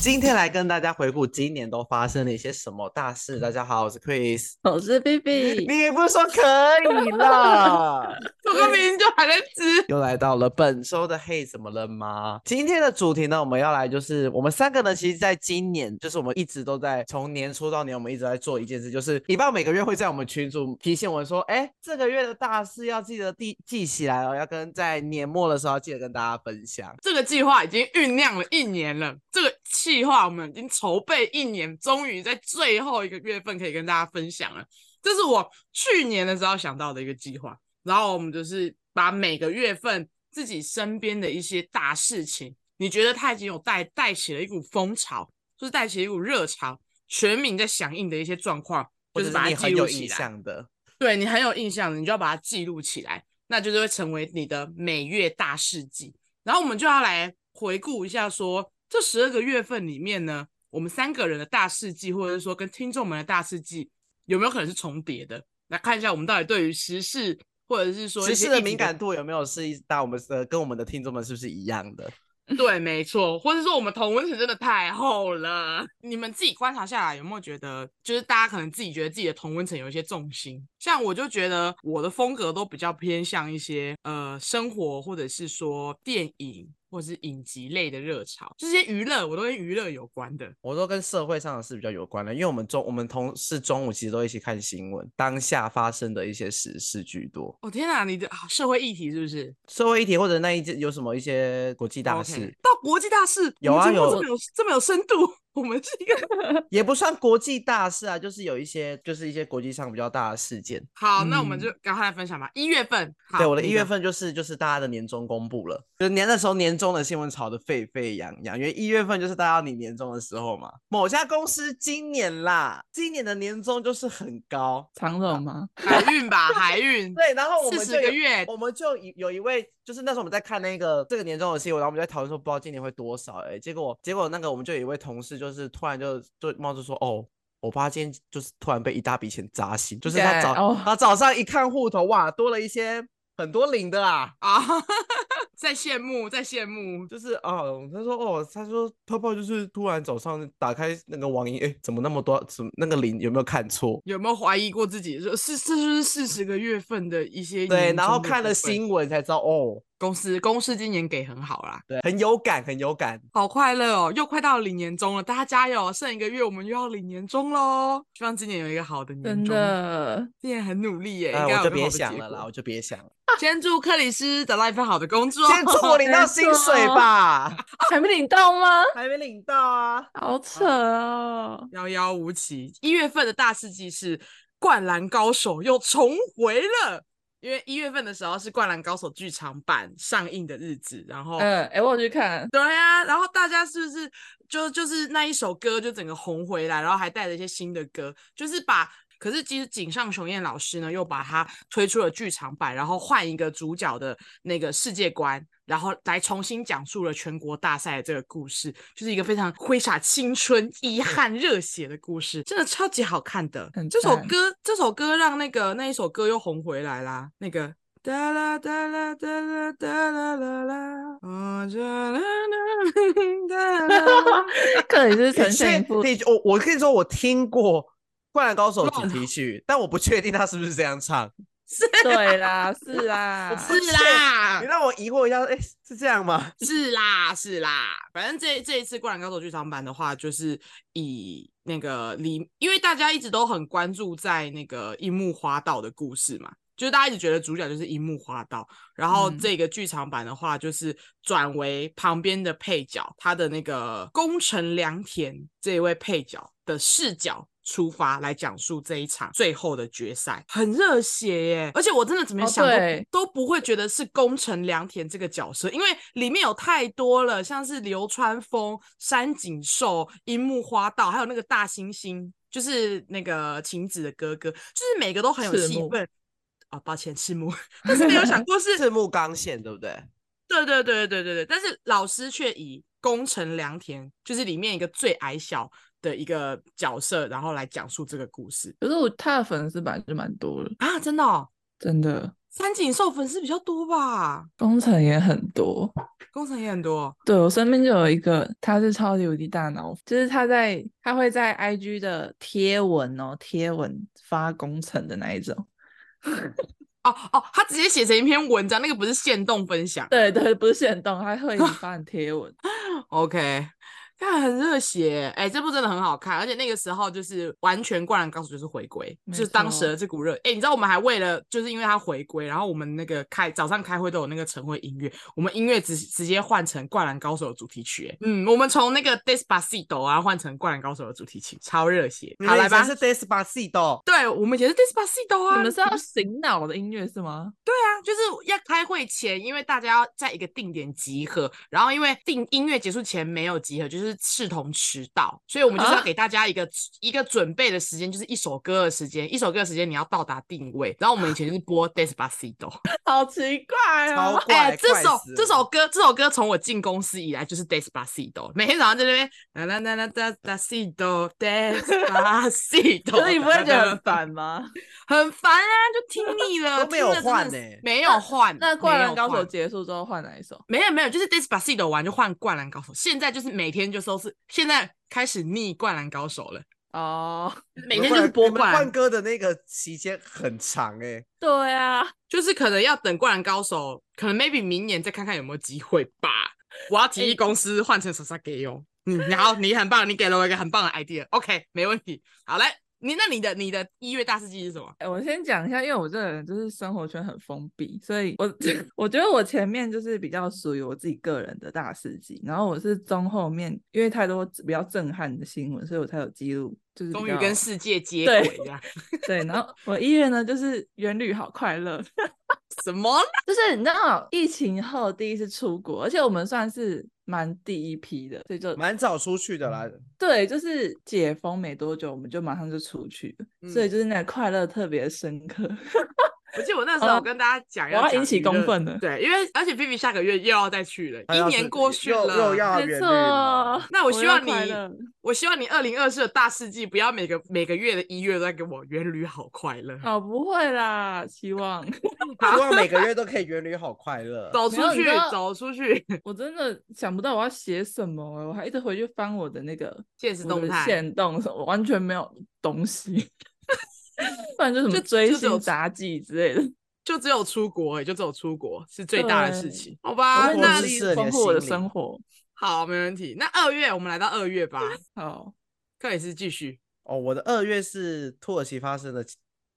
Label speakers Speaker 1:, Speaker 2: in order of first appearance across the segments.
Speaker 1: 今天来跟大家回顾今年都发生了一些什么大事。大家好，我是 Chris。
Speaker 2: 我是 B B，
Speaker 1: 你也不说可以 啦。
Speaker 2: 我个名就还在吃。
Speaker 1: 又来到了本周的嘿，怎么了吗？今天的主题呢，我们要来就是我们三个呢，其实在今年就是我们一直都在从年初到年，我们一直在做一件事，就是一棒每个月会在我们群组提醒我们说，哎，这个月的大事要记得记记起来哦，要跟在年末的时候要记得跟大家分享。
Speaker 2: 这个计划已经酝酿了一年了，这个计划我们已经筹备一年，终于在最后一个月份可以跟大家分享了。这是我去年的时候想到的一个计划，然后我们就是把每个月份自己身边的一些大事情，你觉得它已经有带带起了一股风潮，就是带起了一股热潮，全民在响应的一些状况，
Speaker 1: 或
Speaker 2: 就
Speaker 1: 者
Speaker 2: 把
Speaker 1: 你
Speaker 2: 它
Speaker 1: 很
Speaker 2: 记录
Speaker 1: 有
Speaker 2: 起
Speaker 1: 印
Speaker 2: 来。
Speaker 1: 象的，
Speaker 2: 对你很有印象的，你就要把它记录起来，那就是会成为你的每月大事记。然后我们就要来回顾一下说，这十二个月份里面呢，我们三个人的大事记，或者是说跟听众们的大事记，有没有可能是重叠的？来看一下我们到底对于时事，或者是说一
Speaker 1: 时
Speaker 2: 些
Speaker 1: 事
Speaker 2: 议
Speaker 1: 的
Speaker 2: 题
Speaker 1: 敏感度有没有是一大我们呃跟我们的听众们是不是一样的？
Speaker 2: 对，没错，或者说我们同温层真的太厚了。你们自己观察下来，有没有觉得，就是大家可能自己觉得自己的同温层有一些重心？像我就觉得我的风格都比较偏向一些呃生活，或者是说电影或者是影集类的热潮，这些娱乐我都跟娱乐有关的。
Speaker 1: 我都跟社会上的事比较有关的，因为我们中我们同事中午其实都一起看新闻，当下发生的一些时事居多，
Speaker 2: 哦天哪，你的、啊社会议题是不是？
Speaker 1: 社会议题或者那一件有什么一些国际大
Speaker 2: OK
Speaker 1: 事
Speaker 2: 到国际大事，
Speaker 1: 有啊
Speaker 2: 你们节
Speaker 1: 有
Speaker 2: 目这么有这么有深度，我们是一个
Speaker 1: 也不算国际大事啊，就是有一些就是一些国际上比较大的事件。
Speaker 2: 好，那我们
Speaker 1: 嗯
Speaker 2: 就赶快来分享吧。一月份，
Speaker 1: 对，
Speaker 2: 好
Speaker 1: 我的
Speaker 2: 你
Speaker 1: 一月份就是就是大家的年终公布了，就是年那时候年终的新闻炒得沸沸扬扬，因为一月份就是大家你年终的时候嘛。某家公司今年啦，今年的年终就是很高，
Speaker 3: 长荣吗？
Speaker 2: 海运吧，海 运。
Speaker 1: 对，然后我们哦
Speaker 2: 四
Speaker 1: 就
Speaker 2: 十个
Speaker 1: 有
Speaker 2: 月
Speaker 1: 我们就有有一位，就是那时候我们在看那个这个年终的新闻，然后我们就在讨论说，不知道今年会多少哎、结果结果那个我们就有一位同事，就是突然就就冒出说，哦，我爸今天就是突然被一大笔钱扎心，就是他
Speaker 3: 对
Speaker 1: 早、
Speaker 3: 哦
Speaker 1: 他早上一看户头，哇，多了一些很多零的啊。
Speaker 2: 啊， 在羡慕，在羡慕，
Speaker 1: 就是哦，他说哦，他说泡泡就是突然早上打开那个网银，哎，怎么那么多？怎么那个零有没有看错？
Speaker 2: 有没有怀疑过自己？说是，这就是四十个月份的一些
Speaker 1: 对，
Speaker 2: 年
Speaker 1: 然后
Speaker 2: 终的
Speaker 1: 看
Speaker 2: 部
Speaker 1: 了
Speaker 2: 分
Speaker 1: 新闻才知道，哦，
Speaker 2: 公司，公司今年给很好啦，
Speaker 1: 对，很有感，很有感。
Speaker 2: 好快乐哦，又快到领年终了，大家加油，剩一个月我们又要领年终喽，希望今年有一个好的年
Speaker 3: 真
Speaker 2: 终。
Speaker 3: 的，
Speaker 2: 今年很努力耶，
Speaker 1: 哎，
Speaker 2: 应该
Speaker 1: 我就
Speaker 2: 有个
Speaker 1: 别
Speaker 2: 好的
Speaker 1: 想
Speaker 2: 结
Speaker 1: 了啦，
Speaker 2: 果
Speaker 1: 我。就别想了。
Speaker 2: 先祝克里斯找到一份好的工作，
Speaker 1: 先祝我领到薪水吧，
Speaker 3: 还没领到吗？
Speaker 1: 还没领到啊。
Speaker 3: 好扯哦！
Speaker 2: 遥遥无期。一月份的大事记是《灌篮高手》又重回了，因为一月份的时候是《灌篮高手》剧场版上映的日子，然
Speaker 1: 哦
Speaker 2: 后。
Speaker 3: 嗯，哎，我有 去看，
Speaker 2: 对啊，然后大家是不是就就是那一首歌就整个红回来，然后还带着一些新的歌，就是把。可是其实井上雄彦老师呢，又把它推出了剧场版，然后换一个主角的那个世界观，然后来重新讲述了全国大赛的这个故事，就是一个非常挥洒青春、遗憾、热血的故事，真的超级好看的
Speaker 3: 很。
Speaker 2: 这首
Speaker 3: 赞
Speaker 2: 歌，这首歌让那个那一首歌又红回来啦，那个哒啦哒啦哒啦哒啦啦啦，啊哒啦啦哒啦 啦啦，
Speaker 3: 克里斯呈
Speaker 1: 你
Speaker 3: 现一
Speaker 1: 先
Speaker 3: 部
Speaker 1: 你我我跟你说，我听过《灌篮高手》
Speaker 2: 乱
Speaker 1: 主题曲， 但我不确定他是不是这样唱。
Speaker 3: 对啦，是啦，
Speaker 2: 是啦
Speaker 1: 你，让我疑惑一下，哎、是这样吗？
Speaker 2: 是啦，是啦。反正这这一次《灌篮高手》剧场版的话，就是以那个里，因为大家一直都很关注在那个樱木花道的故事嘛，就是大家一直觉得主角就是樱木花道，然后
Speaker 3: 嗯
Speaker 2: 这个剧场版的话，就是转为旁边的配角，他的那个宫城良田这一位配角的视角出发来讲述这一场最后的决赛，很热血耶！而且我真的怎么
Speaker 3: 哦
Speaker 2: 想都不、
Speaker 3: 对
Speaker 2: 都不会觉得是宫城良田这个角色，因为里面有太多了，像是流川枫、山井寿、樱木花道，还有那个大猩猩。就是那个晴子的哥哥，就是每个都很有
Speaker 3: 赤
Speaker 2: 气
Speaker 3: 木
Speaker 2: 氛。啊、抱歉，赤木，但是没有想过 是
Speaker 1: 赤木刚宪对不对？
Speaker 2: 对对对对对对，但是老师却以宫城良田就是里面一个最矮小的一个角色，然后来讲述这个故事
Speaker 3: 可是我他的粉丝本来就蛮多的，
Speaker 2: 啊，真的、哦，
Speaker 3: 真的，
Speaker 2: 三井寿粉丝比较多吧，
Speaker 3: 工程也很多。
Speaker 2: 宫城也很多，
Speaker 3: 对我身边就有一个，他是超级无敌大脑，就是他在他会在 IG 的贴文哦，贴文发工程的那一种。
Speaker 2: 哦哦，他直接写成一篇文章，那个不是限动分享
Speaker 3: 对对，不是限动，他会发很贴文。
Speaker 2: ，OK。看很热血，哎、这部真的很好看，而且那个时候就是完全《灌篮高手》就是回归，就
Speaker 3: 没
Speaker 2: 是当时
Speaker 3: 错
Speaker 2: 的这股热，哎、你知道我们还为了就是因为他回归，然后我们那个开早上开会都有那个晨会音乐，我们音乐直直接换成《灌篮高手》的主题曲、哎嗯，我们从那个 Despacito 啊换成《灌篮高手》的主题曲，超热血，
Speaker 1: 你
Speaker 2: 好
Speaker 1: 们
Speaker 2: 来
Speaker 1: 以前
Speaker 2: 吧，
Speaker 1: 是 Despacito，
Speaker 2: 对我们以前是 Despacito 啊，
Speaker 3: 你们是要醒脑的音乐是吗？
Speaker 2: 就是要开会前，因为大家要在一个定点集合，然后因为定音乐结束前没有集合，就是视同迟到，所以我们就是要
Speaker 3: 啊
Speaker 2: 给大家一个、一个准备的时间，就是一首歌的时间，一首歌的时间你要到达定位。然后我们以前就是播 Despacito， 哎
Speaker 3: 好奇怪
Speaker 1: 超
Speaker 3: 哦！
Speaker 1: 怪，
Speaker 2: 这
Speaker 1: 怪
Speaker 2: 首
Speaker 1: 死
Speaker 2: 这
Speaker 1: 我
Speaker 2: 首歌这首歌从我进公司以来就是 Despacito，每天早上在那边啦啦啦啦哒哒西 哆 Despacito，
Speaker 3: 所以你不会觉得很烦 吗？
Speaker 2: 很烦啊？就听腻了，
Speaker 1: 都没有
Speaker 2: 听了真的
Speaker 1: 换
Speaker 2: 是
Speaker 1: 欸
Speaker 2: 没有换，
Speaker 3: 那《灌
Speaker 2: 没
Speaker 3: 篮
Speaker 2: 有
Speaker 3: 高手
Speaker 2: 换》
Speaker 3: 结束之后换哪一首？
Speaker 2: 没有没有，就是 Despacito 完就换灌篮高手，现在就是每天就收视，现在开始逆灌篮高手了，
Speaker 3: 哦，
Speaker 2: 每天就是播
Speaker 1: 你们
Speaker 2: 灌
Speaker 1: 换
Speaker 2: 篮，
Speaker 1: 歌的那个期间很长哎、
Speaker 3: 对啊，
Speaker 2: 就是可能要等灌篮高手，可能 maybe 明年再看看有没有机会吧。我要提
Speaker 3: 哎
Speaker 2: 议公司换成 Sasageo，嗯，然后你很棒，你给了我一个很棒的 idea，OK，、没问题。好来，你那你的你的一月大事记是什么？
Speaker 3: 哎、我先讲一下，因为我这个人就是生活圈很封闭，所以我 我觉得我前面就是比较属于我自己个人的大事迹，然后我是中后面因为太多比较震撼的新闻，所以我才有记录，就是比
Speaker 2: 终于
Speaker 3: 较
Speaker 2: 跟世界接
Speaker 3: 对
Speaker 2: 轨呀？
Speaker 3: 对。然后我一月呢，就是元旅好快乐，
Speaker 2: 什么？
Speaker 3: 就是你知道疫情后第一次出国，而且我们算是蛮第一批的，所以就
Speaker 1: 蛮早出去的 啦。
Speaker 3: 对，就是解封没多久，我们就马上就出去了，所
Speaker 2: 嗯
Speaker 3: 以就是那个快乐特别深刻。
Speaker 2: 我记得我那时候
Speaker 3: 哦
Speaker 2: 跟大家讲
Speaker 3: 我
Speaker 2: 要
Speaker 3: 要
Speaker 2: 讲
Speaker 3: 引起
Speaker 2: 娱乐
Speaker 3: 公愤了
Speaker 2: 对，因为而且 B B 下个月又要再去了，
Speaker 1: 他
Speaker 2: 一
Speaker 1: 要
Speaker 2: 年
Speaker 1: 是
Speaker 2: 过去
Speaker 1: 又
Speaker 2: 了，
Speaker 1: 又 要
Speaker 3: 没
Speaker 1: 远
Speaker 3: 错
Speaker 1: 旅嘛，
Speaker 2: 那我
Speaker 3: 我
Speaker 2: 希
Speaker 3: 要
Speaker 2: 望
Speaker 3: 快
Speaker 2: 你
Speaker 3: 乐，
Speaker 2: 我希望你二零二四的大世纪不要每个每个月的一月都在给我元旅好快乐，
Speaker 3: 哦，不会啦，希望
Speaker 1: 希望每个月都可以远旅，好快 乐。
Speaker 2: 走出
Speaker 3: 没有你
Speaker 2: 去
Speaker 3: 知道，
Speaker 2: 走出去，
Speaker 3: 我真的想不到我要写什么欸、我还一直回去翻我的那个
Speaker 2: 现实
Speaker 3: 我的
Speaker 2: 动态。
Speaker 3: 线动什么，完全没有东西， 不然就什么
Speaker 2: 就
Speaker 3: 追
Speaker 2: 就只有
Speaker 3: 星杂技之类的，
Speaker 2: 就只有出国、欸，就只有出国是最大的事
Speaker 3: 对
Speaker 2: 情，好吧？
Speaker 1: 我
Speaker 3: 我
Speaker 1: 会
Speaker 2: 啊那
Speaker 1: 努力
Speaker 3: 是
Speaker 1: 是你的
Speaker 3: 丰富我的
Speaker 1: 心
Speaker 3: 生
Speaker 1: 灵
Speaker 3: 活。
Speaker 2: 好，没问题。那二月我们来到二月吧，
Speaker 3: 好，
Speaker 2: 克里斯继续。
Speaker 1: 哦，我的二月是土耳其发生的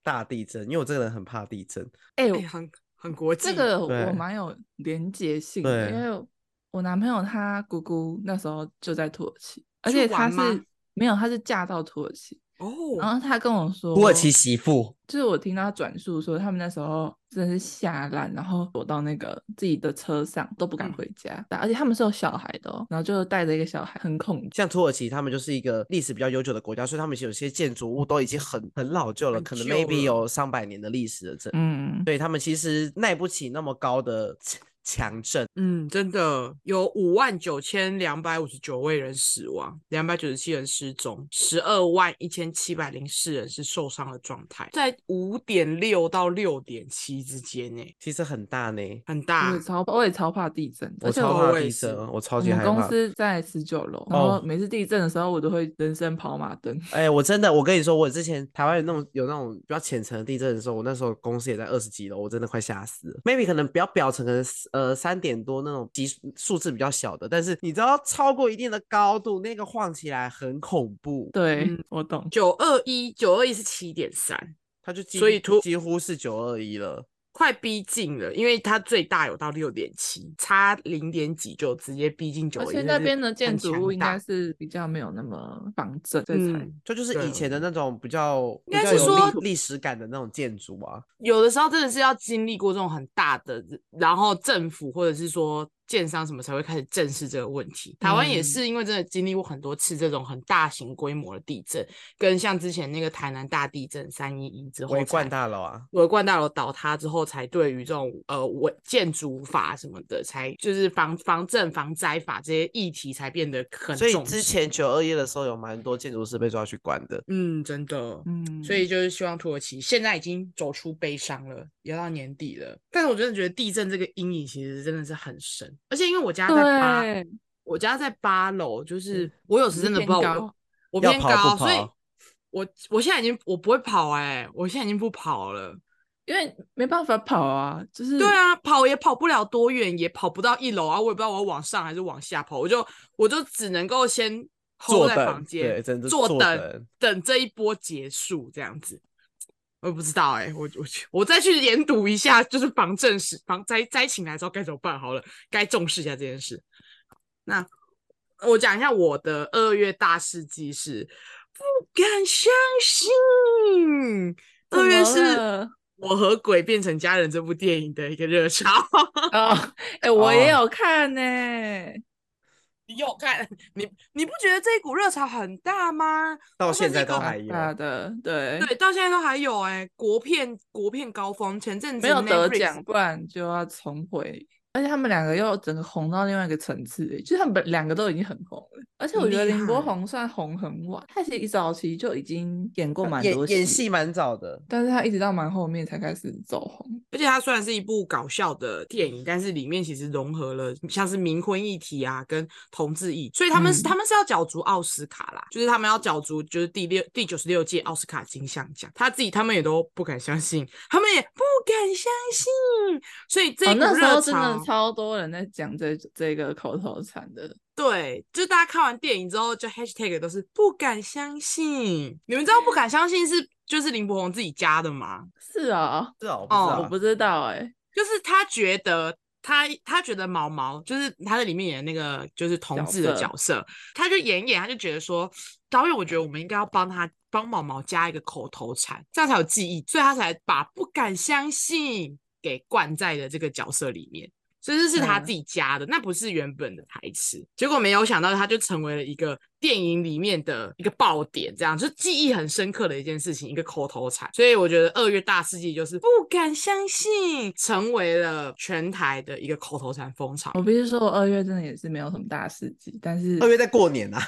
Speaker 1: 大地震，因为我这个人很怕地震。
Speaker 3: 哎、
Speaker 2: 哎、很很国际，
Speaker 3: 这个我
Speaker 1: 对
Speaker 3: 蛮有连结性的，因
Speaker 1: 对
Speaker 3: 为我男朋友他姑姑那时候就在土耳其，而
Speaker 2: 去
Speaker 3: 且他
Speaker 2: 玩吗
Speaker 3: 是没有，他是嫁到土耳其，然
Speaker 2: 哦，
Speaker 3: 后他跟我说，
Speaker 1: 土耳其媳妇，
Speaker 3: 就是我听到他转述说，他们那时候真的是吓烂，然后躲到那个自己的车上都不敢
Speaker 2: 嗯
Speaker 3: 回家，而且他们是有小孩的、哦，然后就带着一个小孩，很恐惧。
Speaker 1: 像土耳其，他们就是一个历史比较悠久的国家，所以他们有些建筑物都已经很很老旧了，
Speaker 2: 很
Speaker 1: 可能
Speaker 2: 旧
Speaker 1: maybe
Speaker 2: 了
Speaker 1: 有上百年的历史了。这，
Speaker 3: 嗯，
Speaker 1: 所以他们其实耐不起那么高的 强强震。
Speaker 2: 嗯，真的有五万九千两百五十九位人死亡，两百九十七人失踪，十二万一千七百零四人是受伤的状态，在五点六到六点七之间呢，
Speaker 1: 其实很大呢，
Speaker 2: 很
Speaker 3: 我
Speaker 2: 大
Speaker 3: 也。超怕，我也超怕地震，
Speaker 1: 啊我
Speaker 3: 而且
Speaker 1: 超
Speaker 2: 我
Speaker 1: 怕
Speaker 2: 也
Speaker 1: 地
Speaker 2: 是
Speaker 1: 震，我
Speaker 3: 我
Speaker 1: 超级
Speaker 3: 们
Speaker 1: 害
Speaker 3: 公
Speaker 1: 怕。
Speaker 3: 司在十九楼，然
Speaker 1: 哦
Speaker 3: 后每次地震的时候，我都会人生跑马灯。
Speaker 1: 哎、我真的，我跟你说，我之前台湾有那种有那种比较浅层的地震的时候，我那时候公司也在二十几楼，我真的快吓死了。maybe 可能比较表层，可能是呃三点多那种级数数字比较小的，但是你知道超过一定的高度，那个晃起来很恐怖，
Speaker 3: 对，
Speaker 2: 嗯
Speaker 3: 我懂。
Speaker 2: 九二一，九二一是七点三，
Speaker 1: 它就几
Speaker 2: 所以
Speaker 1: 乎
Speaker 2: 突
Speaker 1: 几乎是九二一了。
Speaker 2: 快逼近了，因为它最大有到六点七，差零点几就直接逼近九
Speaker 3: 而
Speaker 2: 二一。
Speaker 3: 且
Speaker 2: 真
Speaker 3: 啊那
Speaker 2: 是
Speaker 3: 边的建
Speaker 2: 很
Speaker 3: 筑
Speaker 2: 强
Speaker 3: 物应
Speaker 2: 大
Speaker 3: 该是比较没有那么防震，这才
Speaker 2: 嗯，
Speaker 1: 这就是
Speaker 2: 对
Speaker 1: 以前的那种比较，
Speaker 2: 应该
Speaker 1: 比较
Speaker 2: 是
Speaker 1: 有
Speaker 2: 说
Speaker 1: 历历史感的那种建筑啊，
Speaker 2: 有的时候真的是要经历过这种很大的，然后政府或者是说建商什么才会开始正视这个问题。台湾也
Speaker 3: 嗯
Speaker 2: 是因为真的经历过很多次这种很大型规模的地震，跟像之前那个台南大地震三一一之后
Speaker 1: 围
Speaker 2: 才
Speaker 1: 冠大楼啊，
Speaker 2: 围观大楼倒塌之后，才对于这种呃违建筑法什么的，才就是防防震、防灾法这些议题才变得很
Speaker 1: 所以
Speaker 2: 重
Speaker 1: 之
Speaker 2: 视
Speaker 1: 前九二一的时候有蛮多建筑师被抓去关的。
Speaker 2: 嗯，真的，
Speaker 3: 嗯，
Speaker 2: 所以就是希望土耳其现在已经走出悲伤了，也到年底了。但是我真的觉得地震这个阴影其实真的是很深，而且因为我家在八，
Speaker 3: 对，嗯
Speaker 2: 我家在八楼，就是我有时
Speaker 3: 你
Speaker 2: 真的
Speaker 3: 是
Speaker 2: 不知
Speaker 3: 偏
Speaker 2: 道
Speaker 3: 高
Speaker 2: 我我
Speaker 1: 要
Speaker 2: 偏
Speaker 1: 跑不
Speaker 2: 高，所以
Speaker 1: 跑
Speaker 2: 我我现在已经我不会跑哎、我现在已经不跑了。
Speaker 3: 因为没办法跑啊，就是
Speaker 2: 对，啊，跑也跑不了多远，也跑不到一楼啊，我也不知道我要往上还是往下跑，我就我就只能够先 hold
Speaker 1: 坐
Speaker 2: 在
Speaker 1: 等
Speaker 2: 房间
Speaker 1: 对真的
Speaker 2: 坐
Speaker 1: 坐
Speaker 2: 等
Speaker 1: 等
Speaker 2: 等这一波结束这样子。我也不知道哎、我我去我再去研读一下，就是防震时防灾灾情来之后该怎么办好了，该重视一下这件事。那我讲一下我的二月大事记是不敢相信，
Speaker 3: 怎
Speaker 2: 二月
Speaker 3: 么
Speaker 2: 是
Speaker 3: 了
Speaker 2: 我和鬼变成家人这部电影的一个热潮，
Speaker 3: 哦，哎，我也
Speaker 1: 哦
Speaker 3: 有看呢，
Speaker 2: 你有看你你不觉得这一股热潮很大吗？
Speaker 1: 到
Speaker 2: 它算
Speaker 1: 现
Speaker 2: 是
Speaker 1: 在
Speaker 2: 一
Speaker 1: 都
Speaker 2: 个呃
Speaker 1: 还有。
Speaker 3: 大的，对，
Speaker 2: 哎对，到现在都还有哎、国片国片高峰，前阵子
Speaker 3: 没有得
Speaker 2: Netflix
Speaker 3: 奖，，不然就要重回。而且他们两个又整个红到另外一个层次欸，就是他们本两个都已经很红了。而且
Speaker 2: 很
Speaker 3: 我觉得
Speaker 2: 厉
Speaker 3: 林柏
Speaker 2: 害
Speaker 3: 宏算红很晚，他其实早期就已经演
Speaker 2: 呃
Speaker 3: 过蛮
Speaker 1: 演
Speaker 3: 多
Speaker 1: 演戏蛮早的，
Speaker 3: 但是他一直到蛮后面才开始走红。
Speaker 2: 而且它虽然是一部搞笑的电影，但是里面其实融合了像是冥婚议题啊，跟同志议，所以他们
Speaker 3: 嗯
Speaker 2: 是、他们是要角逐奥斯卡啦，就是他们要角逐就是第六第九十六届奥斯卡金像奖，他自己他们也都不敢相信，他们也不敢相信，所以这
Speaker 3: 哦，
Speaker 2: 一股
Speaker 3: 那时候
Speaker 2: 热
Speaker 3: 真的
Speaker 2: 潮。
Speaker 3: 超多人在讲这这个口头禅的。
Speaker 2: 对，就是大家看完电影之后，就 hashtag 都是不敢相信。你们知道不敢相信是就是林柏宏自己加的吗？
Speaker 3: 是啊，
Speaker 1: 是啊，我不
Speaker 2: 哦
Speaker 1: 知
Speaker 2: 啊
Speaker 1: 道，
Speaker 3: 我不知道哎、
Speaker 2: 就是他觉得他他觉得毛毛就是他在里面演的那个就是同
Speaker 3: 角
Speaker 2: 志的
Speaker 3: 色
Speaker 2: 角色，他就演一演，他就觉得说导演，我觉得我们应该要帮他帮毛毛加一个口头禅，这样才有记忆，所以他才把不敢相信给灌在了这个角色里面。所以这是他
Speaker 3: 嗯
Speaker 2: 自己加的，那不是原本的台词。结果没有想到，他就成为了一个电影里面的一个爆点，这样就记忆很深刻的一件事情，一个口头禅。所以我觉得二月大世纪就是不敢相信，成为了全台的一个口头禅风潮
Speaker 3: 我。必须说，我二月真的也是没有什么大事迹，但是
Speaker 1: 二月在过年啊，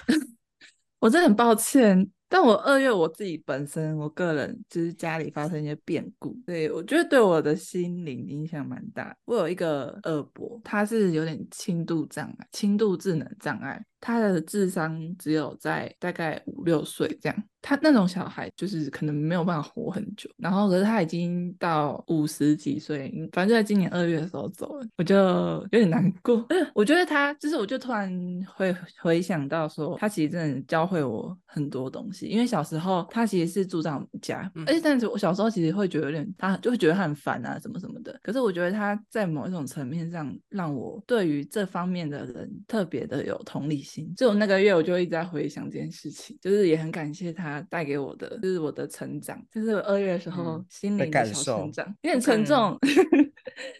Speaker 3: 我真的很抱歉，但我二月我自己本身，我个人就是家里发生一些变故，对我觉得对我的心灵影响蛮大。我有一个二伯，他是有点轻度障碍，轻度智能障碍，他的智商只有在大概五六岁这样。他那种小孩就是可能没有办法活很久，然后可是他已经到五十几岁，反正就在今年二月的时候走了，我就有点难过。我觉得他就是，我就突然会回想到说，他其实真的教会我很多东西。因为小时候他其实是住在我们家，
Speaker 2: 嗯
Speaker 3: 而且但是我小时候其实会觉得有点，他就会觉得他很烦啊，什么什么的。可是我觉得他在某一种层面上，让我对于这方面的人特别的有同理心。就那个月，我就一直在回想这件事情，就是也很感谢他带给我的，就是我的成长，就是我二月的时候、
Speaker 2: 嗯
Speaker 3: 心
Speaker 1: 的
Speaker 3: 灵的
Speaker 1: 感
Speaker 3: 小
Speaker 1: 受
Speaker 3: 成长，有点
Speaker 2: 好感
Speaker 3: 沉
Speaker 2: 人
Speaker 3: 重。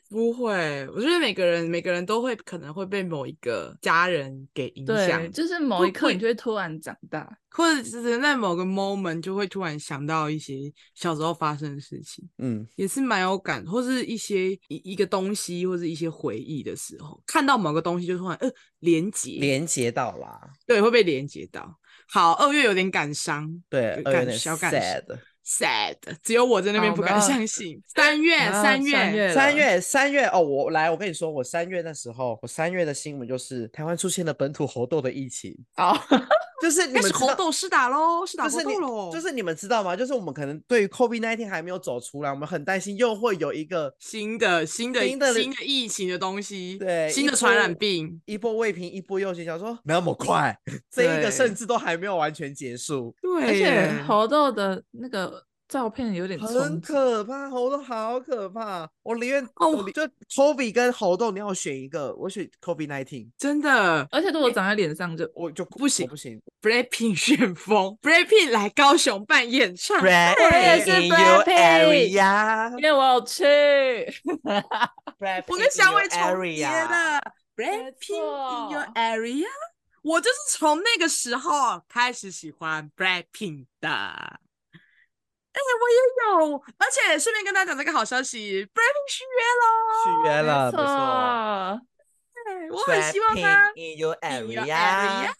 Speaker 2: 不会，我觉得每个人每个人都会可能会被某一个家人给影响
Speaker 3: 对，，就是某
Speaker 2: 不
Speaker 3: 一刻
Speaker 2: 会
Speaker 3: 你就会突然长大。
Speaker 2: 或者是在某个 moment 就会突然想到一些小时候发生的事情，
Speaker 1: 嗯，
Speaker 2: 也是蛮有感，或是一些一一个东西或是一些回忆的时候，看到某个东西就突然呃连接，
Speaker 1: 连接到啊啦，
Speaker 2: 对会被连接到。好，二月有点感伤，
Speaker 1: 对，
Speaker 2: 有
Speaker 1: 二月有
Speaker 2: 感
Speaker 1: 点
Speaker 2: 小感伤
Speaker 1: sad。
Speaker 2: sad，只有我在那边
Speaker 3: 好
Speaker 2: 不
Speaker 3: 我
Speaker 2: 敢
Speaker 3: 们要
Speaker 2: 相信。三月，
Speaker 3: 我们要
Speaker 2: 三
Speaker 3: 三
Speaker 2: 月，
Speaker 3: 月了
Speaker 1: 啊三月，三月哦，我来，我跟你说，我三月那时候，我三月的新闻就是台湾出现了本土猴痘的疫情，
Speaker 3: 哦，
Speaker 1: 就是你
Speaker 2: 开
Speaker 1: 们
Speaker 2: 始
Speaker 1: 知
Speaker 2: 猴
Speaker 1: 道
Speaker 2: 痘施打喽，施打
Speaker 1: 就
Speaker 2: 猴
Speaker 1: 是
Speaker 2: 痘
Speaker 1: 你
Speaker 2: 喽，
Speaker 1: 就是你们知道吗？就是我们可能对于 COVID 1 9还没有走出来，我们很担心又会有一个
Speaker 2: 新的新的
Speaker 1: 新的
Speaker 2: 新的疫情的东西，
Speaker 1: 对
Speaker 2: 新
Speaker 1: 一
Speaker 2: 的传染
Speaker 1: 波
Speaker 2: 病。
Speaker 1: 一波未平一波又起，想说没有那么快， 这一个甚
Speaker 2: 对
Speaker 1: 至都还没有完全结束，
Speaker 2: 对
Speaker 3: 而且
Speaker 2: 耶，
Speaker 3: 猴豆的那个照片有点
Speaker 1: 很
Speaker 3: 冲击，
Speaker 1: 可怕，猴痘好可怕，我宁愿
Speaker 2: 哦
Speaker 1: 我宁就 COVID 跟猴痘，你要我选一个，我选 COVID 1 9
Speaker 2: 真的
Speaker 3: 而且如果长在脸上就
Speaker 1: 我就
Speaker 2: 不
Speaker 1: 我
Speaker 2: 行哦
Speaker 1: 不行
Speaker 2: ，Blackpink 旋风，Blackpink 来高雄办演唱会，
Speaker 3: 也是
Speaker 1: in your
Speaker 3: Blackpink
Speaker 1: area
Speaker 3: 因为我有去，
Speaker 1: Black
Speaker 2: 我
Speaker 1: in
Speaker 2: 跟小
Speaker 1: your
Speaker 2: 伟重叠
Speaker 1: area
Speaker 2: 了， Blackpink in your
Speaker 3: 错
Speaker 2: area？我就是从那个时候开始喜欢 Blackpink 的。哎、我也有，而且顺便跟大家讲这个好消息，Blackpink 续约喽！
Speaker 1: 续约了，
Speaker 3: 没
Speaker 1: 不错。
Speaker 3: 错，
Speaker 2: 对我很希望他
Speaker 1: Blackpink in your
Speaker 2: in your
Speaker 1: area，啊
Speaker 2: area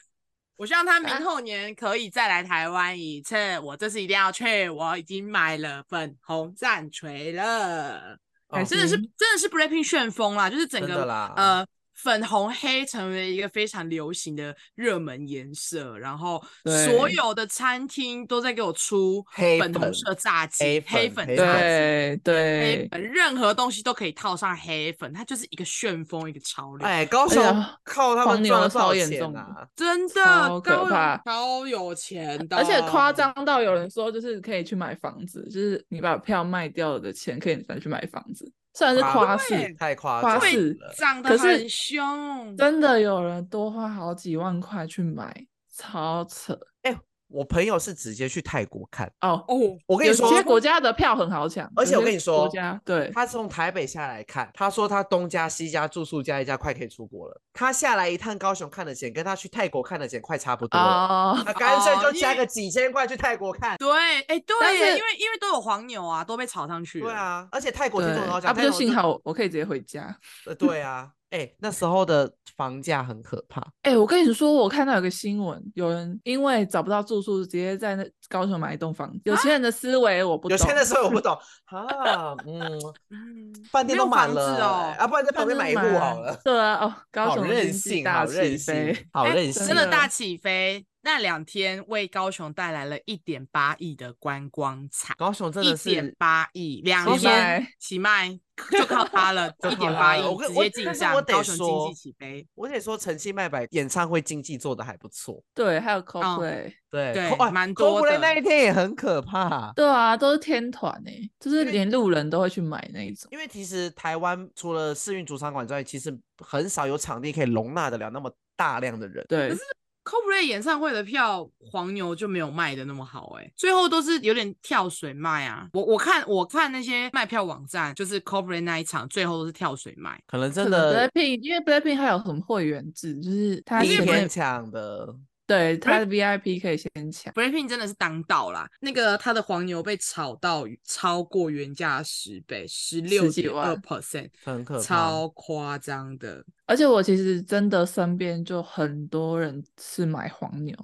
Speaker 2: 我希望他明后年可以再来台湾一次。我这次一定要去，我已经买了粉红战锤了。
Speaker 1: 哦
Speaker 3: 还
Speaker 2: 真的是
Speaker 3: 嗯
Speaker 2: 真的是 Blackpink 旋风啦，就是整
Speaker 1: 真
Speaker 2: 个
Speaker 1: 的啦
Speaker 2: 呃粉红黑成为一个非常流行的热门颜色，然后所
Speaker 3: 对
Speaker 2: 有的餐厅都在给我出
Speaker 1: 黑
Speaker 2: 粉红
Speaker 1: 粉
Speaker 2: 色炸
Speaker 1: 黑
Speaker 2: 鸡、黑
Speaker 1: 粉
Speaker 2: 粉
Speaker 1: 黑
Speaker 2: 炸
Speaker 1: 粉
Speaker 2: 鸡。
Speaker 3: 对
Speaker 2: 黑
Speaker 3: 对，
Speaker 2: 粉，任何东西都可以套上黑粉，它就是一个旋风，一个潮流。
Speaker 1: 哎，高
Speaker 3: 且
Speaker 1: 雄
Speaker 3: 啊
Speaker 1: 靠他
Speaker 3: 黄
Speaker 1: 们
Speaker 3: 牛
Speaker 1: 赚了
Speaker 3: 超
Speaker 1: 多少
Speaker 3: 严
Speaker 1: 钱
Speaker 3: 重的
Speaker 1: 啊？
Speaker 2: 真的
Speaker 3: 超可
Speaker 2: 高有
Speaker 3: 怕
Speaker 2: 超有钱的，
Speaker 3: 而且夸张到有人说，就是可以去买房子，就是你把票卖掉的钱可以拿去买房子，虽然是
Speaker 1: 夸
Speaker 3: 夸
Speaker 2: 对
Speaker 3: 饰，
Speaker 1: 太夸张
Speaker 3: 花
Speaker 2: 对
Speaker 3: 式
Speaker 1: 了，
Speaker 2: 长得
Speaker 3: 可是
Speaker 2: 很凶，
Speaker 3: 真的有人多花好几万块去买，超扯
Speaker 1: 我朋友是直接去泰国看，
Speaker 3: 哦。
Speaker 2: 哦，
Speaker 1: 我跟你说
Speaker 3: 有，些国家的票很好抢，
Speaker 1: 而且
Speaker 3: 有
Speaker 1: 我
Speaker 3: 些
Speaker 1: 跟你说
Speaker 3: 国家对，
Speaker 1: 他从台北下来看，他说他东家西家住宿加一加，快可以出国了。他下来一趟高雄看的钱，跟他去泰国看的钱快差不多了。
Speaker 3: 哦，
Speaker 1: 他干脆
Speaker 2: 哦
Speaker 1: 就
Speaker 2: 因
Speaker 1: 加
Speaker 2: 为
Speaker 1: 个几千块去泰国看。
Speaker 2: 对，哎、对
Speaker 3: 但
Speaker 2: 耶，
Speaker 3: 是
Speaker 2: 因为因为都有黄牛啊，都被炒上去了。
Speaker 1: 对，啊，而且泰国听
Speaker 3: 对
Speaker 1: 众很好，讲，
Speaker 3: 啊不
Speaker 1: 泰
Speaker 3: 就
Speaker 1: 国
Speaker 3: 幸
Speaker 1: 真
Speaker 3: 好我我可以直接回家。
Speaker 1: 呃对啊，哎、那时候的房价很可怕，
Speaker 3: 哎、我跟你说，我看到有个新闻，有人因为找不到住宿，直接在那高雄买一栋房子。有钱人的思维我不懂，
Speaker 1: 啊有钱的时候我不懂 啊，嗯，
Speaker 2: 嗯，
Speaker 1: 饭店都
Speaker 2: 没有
Speaker 1: 满
Speaker 2: 房子
Speaker 1: 了、
Speaker 2: 哦
Speaker 1: 啊，不然在旁边买一户
Speaker 3: 真的
Speaker 1: 好
Speaker 3: 蛮
Speaker 1: 了。
Speaker 3: 对啊， 哦，高
Speaker 1: 好
Speaker 3: 雄的
Speaker 1: 任
Speaker 3: 经济
Speaker 1: 性，好
Speaker 3: 大
Speaker 1: 任
Speaker 3: 起
Speaker 1: 性
Speaker 3: 飞，，
Speaker 1: 好
Speaker 2: 哎
Speaker 1: 任性，啊
Speaker 2: 真的大起飞。那两天为高雄带来了一点八亿的观光财，
Speaker 1: 高雄真
Speaker 2: 一
Speaker 1: 的
Speaker 2: 点
Speaker 1: 是。
Speaker 2: 八亿，两
Speaker 3: 起
Speaker 2: 天
Speaker 3: 卖
Speaker 2: 起卖就靠它了，
Speaker 1: 就
Speaker 2: 一
Speaker 1: 靠
Speaker 2: 点
Speaker 1: 它
Speaker 2: 八
Speaker 1: 了
Speaker 2: 亿
Speaker 1: 我跟
Speaker 2: 直
Speaker 1: 我
Speaker 2: 接进
Speaker 1: 但是我
Speaker 2: 账，
Speaker 1: 得
Speaker 2: 高雄经
Speaker 1: 说
Speaker 2: 济起飞。
Speaker 1: 我得说，陈信麦百演唱会经济做的还不错，
Speaker 3: 对， 还有
Speaker 1: 嗯
Speaker 3: cosplay，、
Speaker 1: 对
Speaker 2: 对
Speaker 1: 哦哎
Speaker 2: 蛮多
Speaker 1: Coldplay
Speaker 2: 的
Speaker 1: 那一天也很可怕，
Speaker 3: 对啊，都是天团诶、就是
Speaker 1: 为
Speaker 3: 连路人都会去买那一种。
Speaker 1: 因为其实台湾除了世运主场馆之外，其实很少有场地可以容纳得了那么大量的人。
Speaker 3: 对，
Speaker 2: Coldplay 演唱会的票，黄牛就没有卖的那么好哎、最后都是有点跳水卖啊。我我看我看那些卖票网站，就是 Coldplay 那一场，最后都是跳水卖。
Speaker 1: 可能真
Speaker 3: 可能
Speaker 1: 的
Speaker 3: Blackpink，因为 Blackpink 还有什么会员制，就是他
Speaker 1: 比
Speaker 3: 前
Speaker 1: 偏
Speaker 3: 面
Speaker 1: 强的，
Speaker 3: 对他的 VIP 可以先抢。
Speaker 2: Blackpink 真的是当道啦，那个他的黄牛被炒到超过原价十倍，十六
Speaker 3: 几
Speaker 2: 点二
Speaker 3: 万
Speaker 2: percent，
Speaker 1: 很可怕。
Speaker 2: 超夸张的。
Speaker 3: 而且我其实真的身边就很多人是买黄牛，